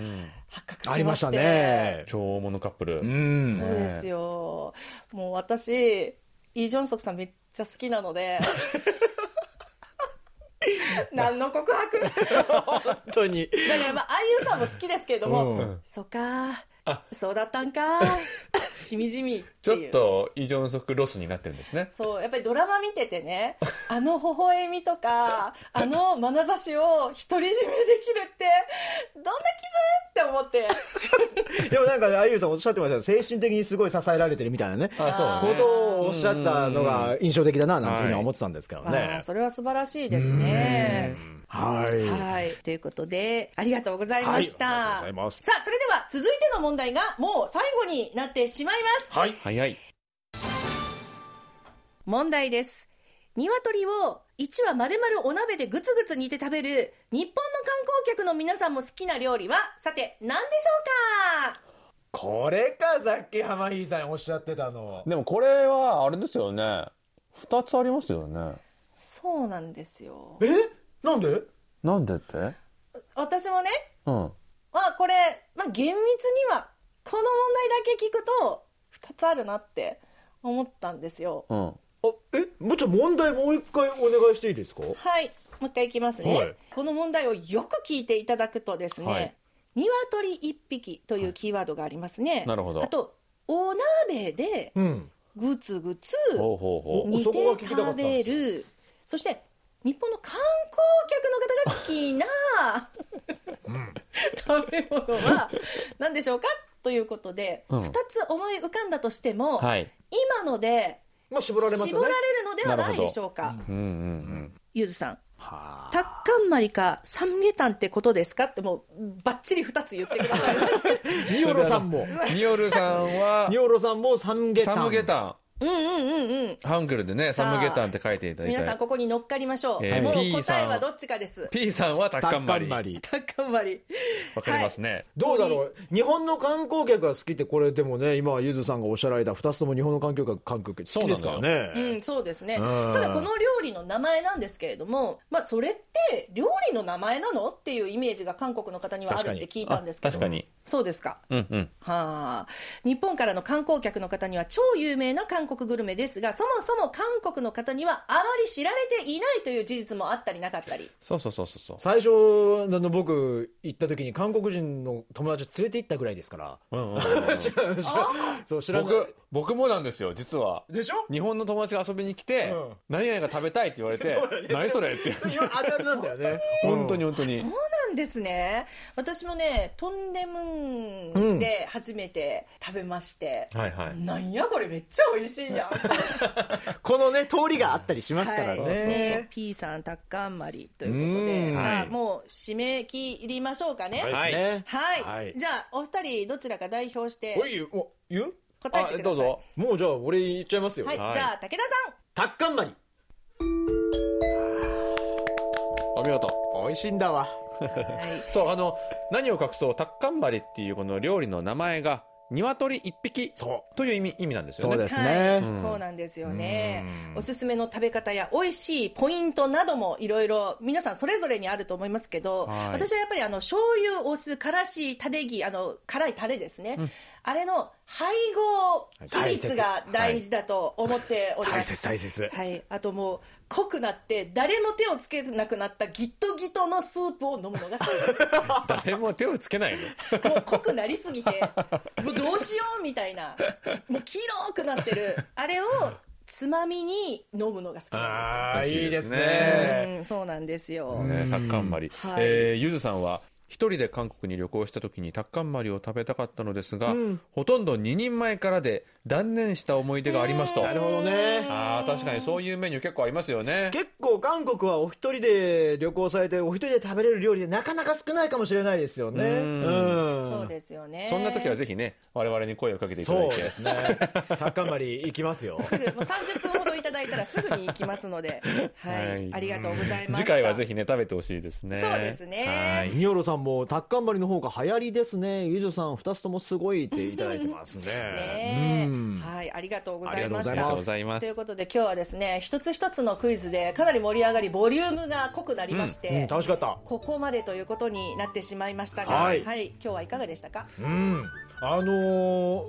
Speaker 3: 発覚しまして、
Speaker 2: 超大物カップル
Speaker 1: うん。
Speaker 3: そうですよ、もう私、イ・ジョンソクさん、めっちゃ好きなので、何の告白
Speaker 1: 本当に。
Speaker 3: だからまあ、あゆさんも好きですけれども、
Speaker 1: うん
Speaker 3: そっか
Speaker 2: あ
Speaker 3: そうだったんかしみじみって
Speaker 2: ち
Speaker 3: い
Speaker 2: ょ
Speaker 3: う
Speaker 2: っとイ・ジョンソクロスになってるんですね
Speaker 3: そうやっぱりドラマ見ててね あの微笑みとかあの眼差しを独り占めできるってどんな気分って思っ て
Speaker 1: でもなんかね、あゆさんおっしゃってましたよ精神的にすごい支えられてるみたいなね。
Speaker 2: あそうね
Speaker 1: ことをおっしゃってたのが印象的だな、なんていうのは思ってたんですけど
Speaker 3: あ
Speaker 1: ね
Speaker 3: ー。それは素晴らしいですね。
Speaker 1: は
Speaker 3: はい、ということでありがとうございました、
Speaker 1: はいありがとうございます
Speaker 3: さあそれでは続いての問題がもう最後になってしまいます
Speaker 2: はい早い
Speaker 3: 問題です鶏を1羽丸々お鍋でぐつぐつ煮て食べる日本の観光客の皆さんも好きな料理はさて何でしょうか
Speaker 1: い。これか、さっき濱家さんおっしゃってたの。
Speaker 2: でもこれはあれですよね2つありますよね
Speaker 3: そうなんですよ
Speaker 1: えなんで
Speaker 2: なんでって
Speaker 3: 私もね
Speaker 2: うん
Speaker 3: まあこれ、まあ、厳密にはこの問題だけ聞くと2つあるなって思ったんですよ
Speaker 2: うん
Speaker 1: あ、え、もうちょ、問題もう一回お願いしていいですか
Speaker 3: はいもう一回いきますね、
Speaker 1: はい
Speaker 3: この問題をよく聞いていただくとですね、
Speaker 2: はい
Speaker 3: 鶏1匹というキーワードがありますね、
Speaker 2: なるほど
Speaker 3: あとお鍋で
Speaker 1: うん。
Speaker 3: ぐつぐつ
Speaker 2: ほうほうほう
Speaker 3: 煮
Speaker 1: そこが
Speaker 3: て
Speaker 1: 聞きたかった
Speaker 3: 食
Speaker 1: んで
Speaker 3: べ
Speaker 1: すよ
Speaker 3: るそして日本の観光客の方が好きな食べ物は何でしょうかということで、
Speaker 2: う
Speaker 3: 二
Speaker 2: ん
Speaker 3: 2つ思い浮かんだとしても、
Speaker 2: はい
Speaker 3: 今ので
Speaker 1: まあ、絞られます
Speaker 3: 絞
Speaker 1: よ
Speaker 3: ら
Speaker 1: ね
Speaker 3: れ。るのではないでしょうか、
Speaker 2: うんうんうん
Speaker 3: ゆずさん
Speaker 1: は
Speaker 3: タッカンマリかサムゲタンってことですかってもうばっちり2つ言ってくだ さい
Speaker 1: あニオロさんも。
Speaker 2: ニオルさんは
Speaker 1: ニオロさんもサムゲタン。
Speaker 2: サムゲタ
Speaker 3: うんうんうんうん
Speaker 2: ンハングルでね
Speaker 3: さあ
Speaker 2: サムゲタンって書いていただい
Speaker 3: 皆さん
Speaker 2: て
Speaker 3: ここに乗っかりましょう、
Speaker 2: えー
Speaker 3: もう
Speaker 2: P さ
Speaker 3: 答
Speaker 2: ん
Speaker 3: えはどっちかです
Speaker 2: P さんはタッカンマリ
Speaker 1: リ
Speaker 3: タッカンマリ
Speaker 2: わかりますね
Speaker 1: どうだろう日本の観光客が好きってこれでもね今ゆずさんがおっしゃられた2つとも日本の観光客観光客好きですからね
Speaker 3: うん、そうですね、
Speaker 1: うん
Speaker 3: ただこの料理の名前なんですけれども、まあ、それって料理の名前なのっていうイメージが韓国の方にはあるって聞いたんですけど
Speaker 2: 確かに
Speaker 3: そうですか
Speaker 2: うんうん
Speaker 3: はあ、日本からの観光客の方には超有名な韓国グルメですがそもそも韓国の方にはあまり知られていないという事実もあったりなかったり
Speaker 2: そうそうそうそうそう
Speaker 1: 最初あの僕行った時に韓国人の友達連れて行ったぐらいですから
Speaker 2: うんうんうんうん
Speaker 1: そう知らない
Speaker 2: 僕僕もなんですよ実は
Speaker 1: でしょ
Speaker 2: 日本の友達が遊びに来て
Speaker 1: うん
Speaker 2: 何々が食べたいって言われて
Speaker 1: そうだね
Speaker 2: 何それって
Speaker 1: あるあるなんだよね
Speaker 2: 本当に本当に
Speaker 3: そうなんですね私もねトンデムンで初めて食べまして、
Speaker 2: はいはい
Speaker 3: なんやこれめっちゃ美味しいやん
Speaker 1: このね通りがあったりしますからね、
Speaker 3: はい、ね P さんタッカンマリということ
Speaker 2: う
Speaker 3: で
Speaker 2: ん
Speaker 3: さ
Speaker 2: は
Speaker 3: あ
Speaker 2: い
Speaker 3: もう締め切りましょうかね
Speaker 4: です
Speaker 2: はい
Speaker 4: ね
Speaker 3: はい、
Speaker 4: はい
Speaker 3: じゃあお二人どちらか代表して
Speaker 4: おいお言う
Speaker 3: 答えてください
Speaker 2: あどうぞ
Speaker 4: もうじゃあ俺言っちゃいますよ、
Speaker 3: はい、
Speaker 2: はい
Speaker 3: じゃあ武田さん
Speaker 4: タッカンマリ
Speaker 2: お見事
Speaker 1: 美味しいんだわ
Speaker 3: はい
Speaker 2: そうあの何を隠そうタッカンバリっていうこの料理の名前が鶏一匹という意味意味なんですよね
Speaker 4: すね
Speaker 3: はい
Speaker 2: うん
Speaker 3: そうなんですよねおすすめの食べ方や美味しいポイントなどもいろいろ皆さんそれぞれにあると思いますけど、
Speaker 2: はい
Speaker 3: 私はやっぱりあの醤油お酢からしタレギあの辛いタレですね、あれの配合比率が大事だと思っております、
Speaker 1: 大切
Speaker 3: はい、あともう濃くなって誰も手をつけなくなったギットギトのスープを飲むのが好きです
Speaker 2: 誰も手をつけないの
Speaker 3: もう濃くなりすぎて もうどうしようみたいなもう黄色くなってるあれをつまみに飲むのが好きなん
Speaker 4: ああ
Speaker 2: 美味し
Speaker 4: い
Speaker 2: い
Speaker 4: い
Speaker 2: で
Speaker 4: ですす
Speaker 2: ね
Speaker 4: ね
Speaker 3: ですよ、うん、そうなんですよ、
Speaker 2: ねタッカンマリ、
Speaker 3: はい
Speaker 2: えーゆずさんは一人で韓国に旅行した時にタッカンマリを食べたかったのですが、ほとんど2人前からで断念した思い出がありますと
Speaker 4: なるほどね
Speaker 2: あー確かにそういうメニュー結構ありますよね
Speaker 4: 結構韓国はお一人で旅行されてお一人で食べれる料理でなかなか少ないかもしれないですよね
Speaker 2: うん
Speaker 4: うん
Speaker 3: そうですよね
Speaker 2: そんな時はぜひね我々に声をかけていただ
Speaker 4: そ
Speaker 2: いうて
Speaker 4: ですねタッカンマリ行きますよ
Speaker 3: すぐもう30分ほどいただいたらすぐに行きますので、はい
Speaker 2: はい
Speaker 3: ありがとうございました
Speaker 2: 次回はぜひね食べてほしいですね
Speaker 3: そうですね
Speaker 2: はい
Speaker 4: ニオロさんもタッカンマリの方が流行りですねゆずさん二つともすごいっていただいてますね
Speaker 3: ねえ
Speaker 4: うん
Speaker 3: はい、ありがとうございま
Speaker 4: あ
Speaker 3: し
Speaker 2: あ
Speaker 4: り
Speaker 2: り
Speaker 4: がとう
Speaker 2: がとうご
Speaker 4: ご
Speaker 2: ざいま
Speaker 3: という
Speaker 2: す。
Speaker 3: ことで今日はですね一つ一つのクイズでかなり盛り上がりボリュームが濃くなりまして、
Speaker 4: うん楽しかった
Speaker 3: ここまでということになってしまいましたが、は、
Speaker 4: はいい
Speaker 3: 今日はいかがでしたか。
Speaker 4: うんあのー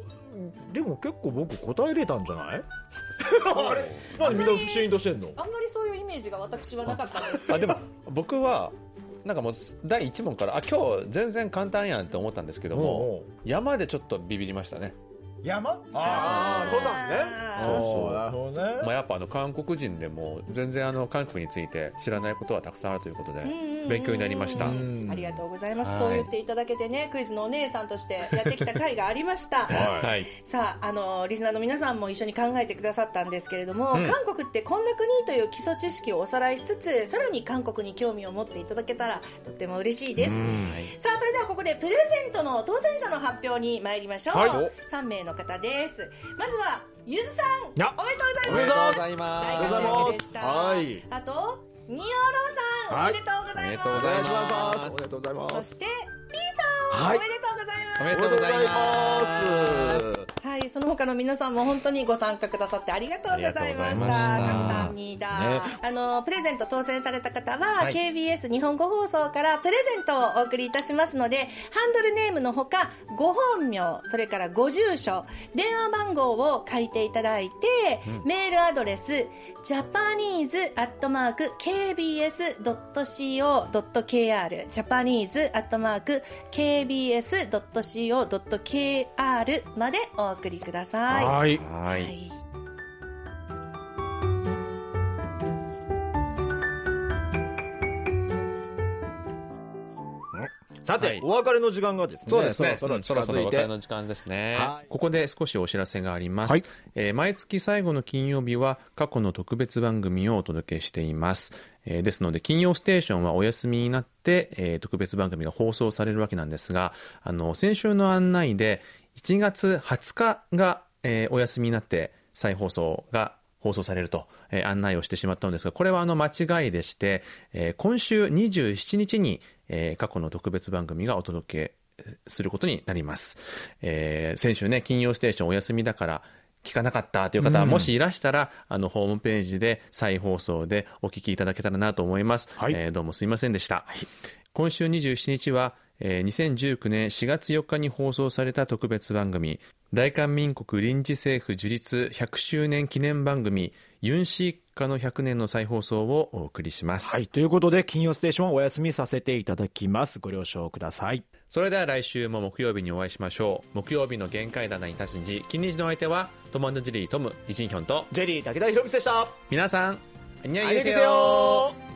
Speaker 4: でも結構僕答えれたんじゃない あれなんでみんな不審としてんの
Speaker 3: あんまりそういうイメージが私はなかったんですけ ど。
Speaker 2: あでも僕はなんかもう第一問からあ今日全然簡単やんって思ったんですけど
Speaker 4: おう
Speaker 2: も
Speaker 4: おう
Speaker 2: 山でちょっとビビりましたね。
Speaker 4: 山
Speaker 3: あー
Speaker 4: 登山ね
Speaker 3: そう
Speaker 2: そう
Speaker 4: るほど
Speaker 2: まあ
Speaker 4: ね
Speaker 2: やっぱあの韓国人でも全然あの韓国について知らないことはたくさんあるということで勉強になりました
Speaker 3: う。んありがとうございます、
Speaker 2: はい
Speaker 3: そう言っていただけてねクイズのお姉さんとしてやってきた回がありました、
Speaker 2: はい。
Speaker 3: さああのリスナーの皆さんも一緒に考えてくださったんですけれども、
Speaker 2: ん
Speaker 3: 韓国ってこんな国という基礎知識をおさらいしつつさらに韓国に興味を持っていただけたらとっても嬉しいです、さあそれではここでプレゼントの当選者の発表に参りましょう、
Speaker 2: はいお
Speaker 3: 3名の方ですまずはゆずさんおめで
Speaker 4: や
Speaker 3: とうござい
Speaker 2: お
Speaker 3: ます
Speaker 2: めでとうございます
Speaker 3: 大活躍でした
Speaker 4: あり
Speaker 3: あとにおろさん、
Speaker 4: はい
Speaker 3: おめでとうございます
Speaker 2: おめでとうございます
Speaker 4: おめでとうござい
Speaker 3: そ
Speaker 4: ま
Speaker 3: して P さん、
Speaker 4: はい
Speaker 3: おめでとうございます
Speaker 2: おめでとうございます。
Speaker 3: はい、その他の皆さんも本当にご参加くださってありがとうございました。
Speaker 2: ありがとうございま
Speaker 3: 神
Speaker 2: した
Speaker 3: さんにだ、あのプレゼント当選された方は、KBS 日本語放送からプレゼントをお送りいたしますので、ハンドルネームのほかご本名、それからご住所、電話番号を書いていただいて、メールアドレス japanese アットマーク KBS ドット CO ドット KR japanese アットマーク KBS ドット CO ドット KR までお送りください。
Speaker 4: はい
Speaker 2: は。
Speaker 3: はいい
Speaker 1: さて、
Speaker 2: はい
Speaker 1: お別れの時間がですね
Speaker 2: そうですね。
Speaker 4: そろ
Speaker 2: そ
Speaker 4: そ
Speaker 2: ろ
Speaker 4: ろ
Speaker 2: そ
Speaker 4: 近
Speaker 2: ろ
Speaker 4: づ
Speaker 2: お
Speaker 4: い
Speaker 2: 別
Speaker 4: て
Speaker 2: れの時間ですね
Speaker 4: は。
Speaker 2: ここで少しお知らせがあります、
Speaker 4: はい
Speaker 2: えー毎月最後の金曜日は過去の特別番組をお届けしています。えーですので、金曜ステーションはお休みになって、えー特別番組が放送されるわけなんですが、あの、先週の案内で、1月20日が、えーお休みになって再放送が放送されると、えー案内をしてしまったのですが、これはあの間違いでして、えー今週27日に、えー過去の特別番組がお届けすることになります。えー先週ね、金曜ステーションお休みだから、聞かなかったという方は、もしいらしたら、あの、ホームページで再放送でお聞きいただけたらなと思います。
Speaker 4: はい
Speaker 2: えーどうもすいませんでした。今週27日は、えー2019年4月4日に放送された特別番組、大韓民国臨時政府樹立100周年記念番組、ユンシーカの100年の再放送をお送りします。
Speaker 4: はいということで金曜ステーションはお休みさせていただきますご了承ください
Speaker 2: それでは来週も木曜日にお会いしましょう。木曜日の限界棚に立ち時、近日のお相手は、トマンドジェリートム、イジンヒョンと、
Speaker 1: ジェリー武田博美でした
Speaker 2: 皆さん、ありが
Speaker 1: ありがとうございます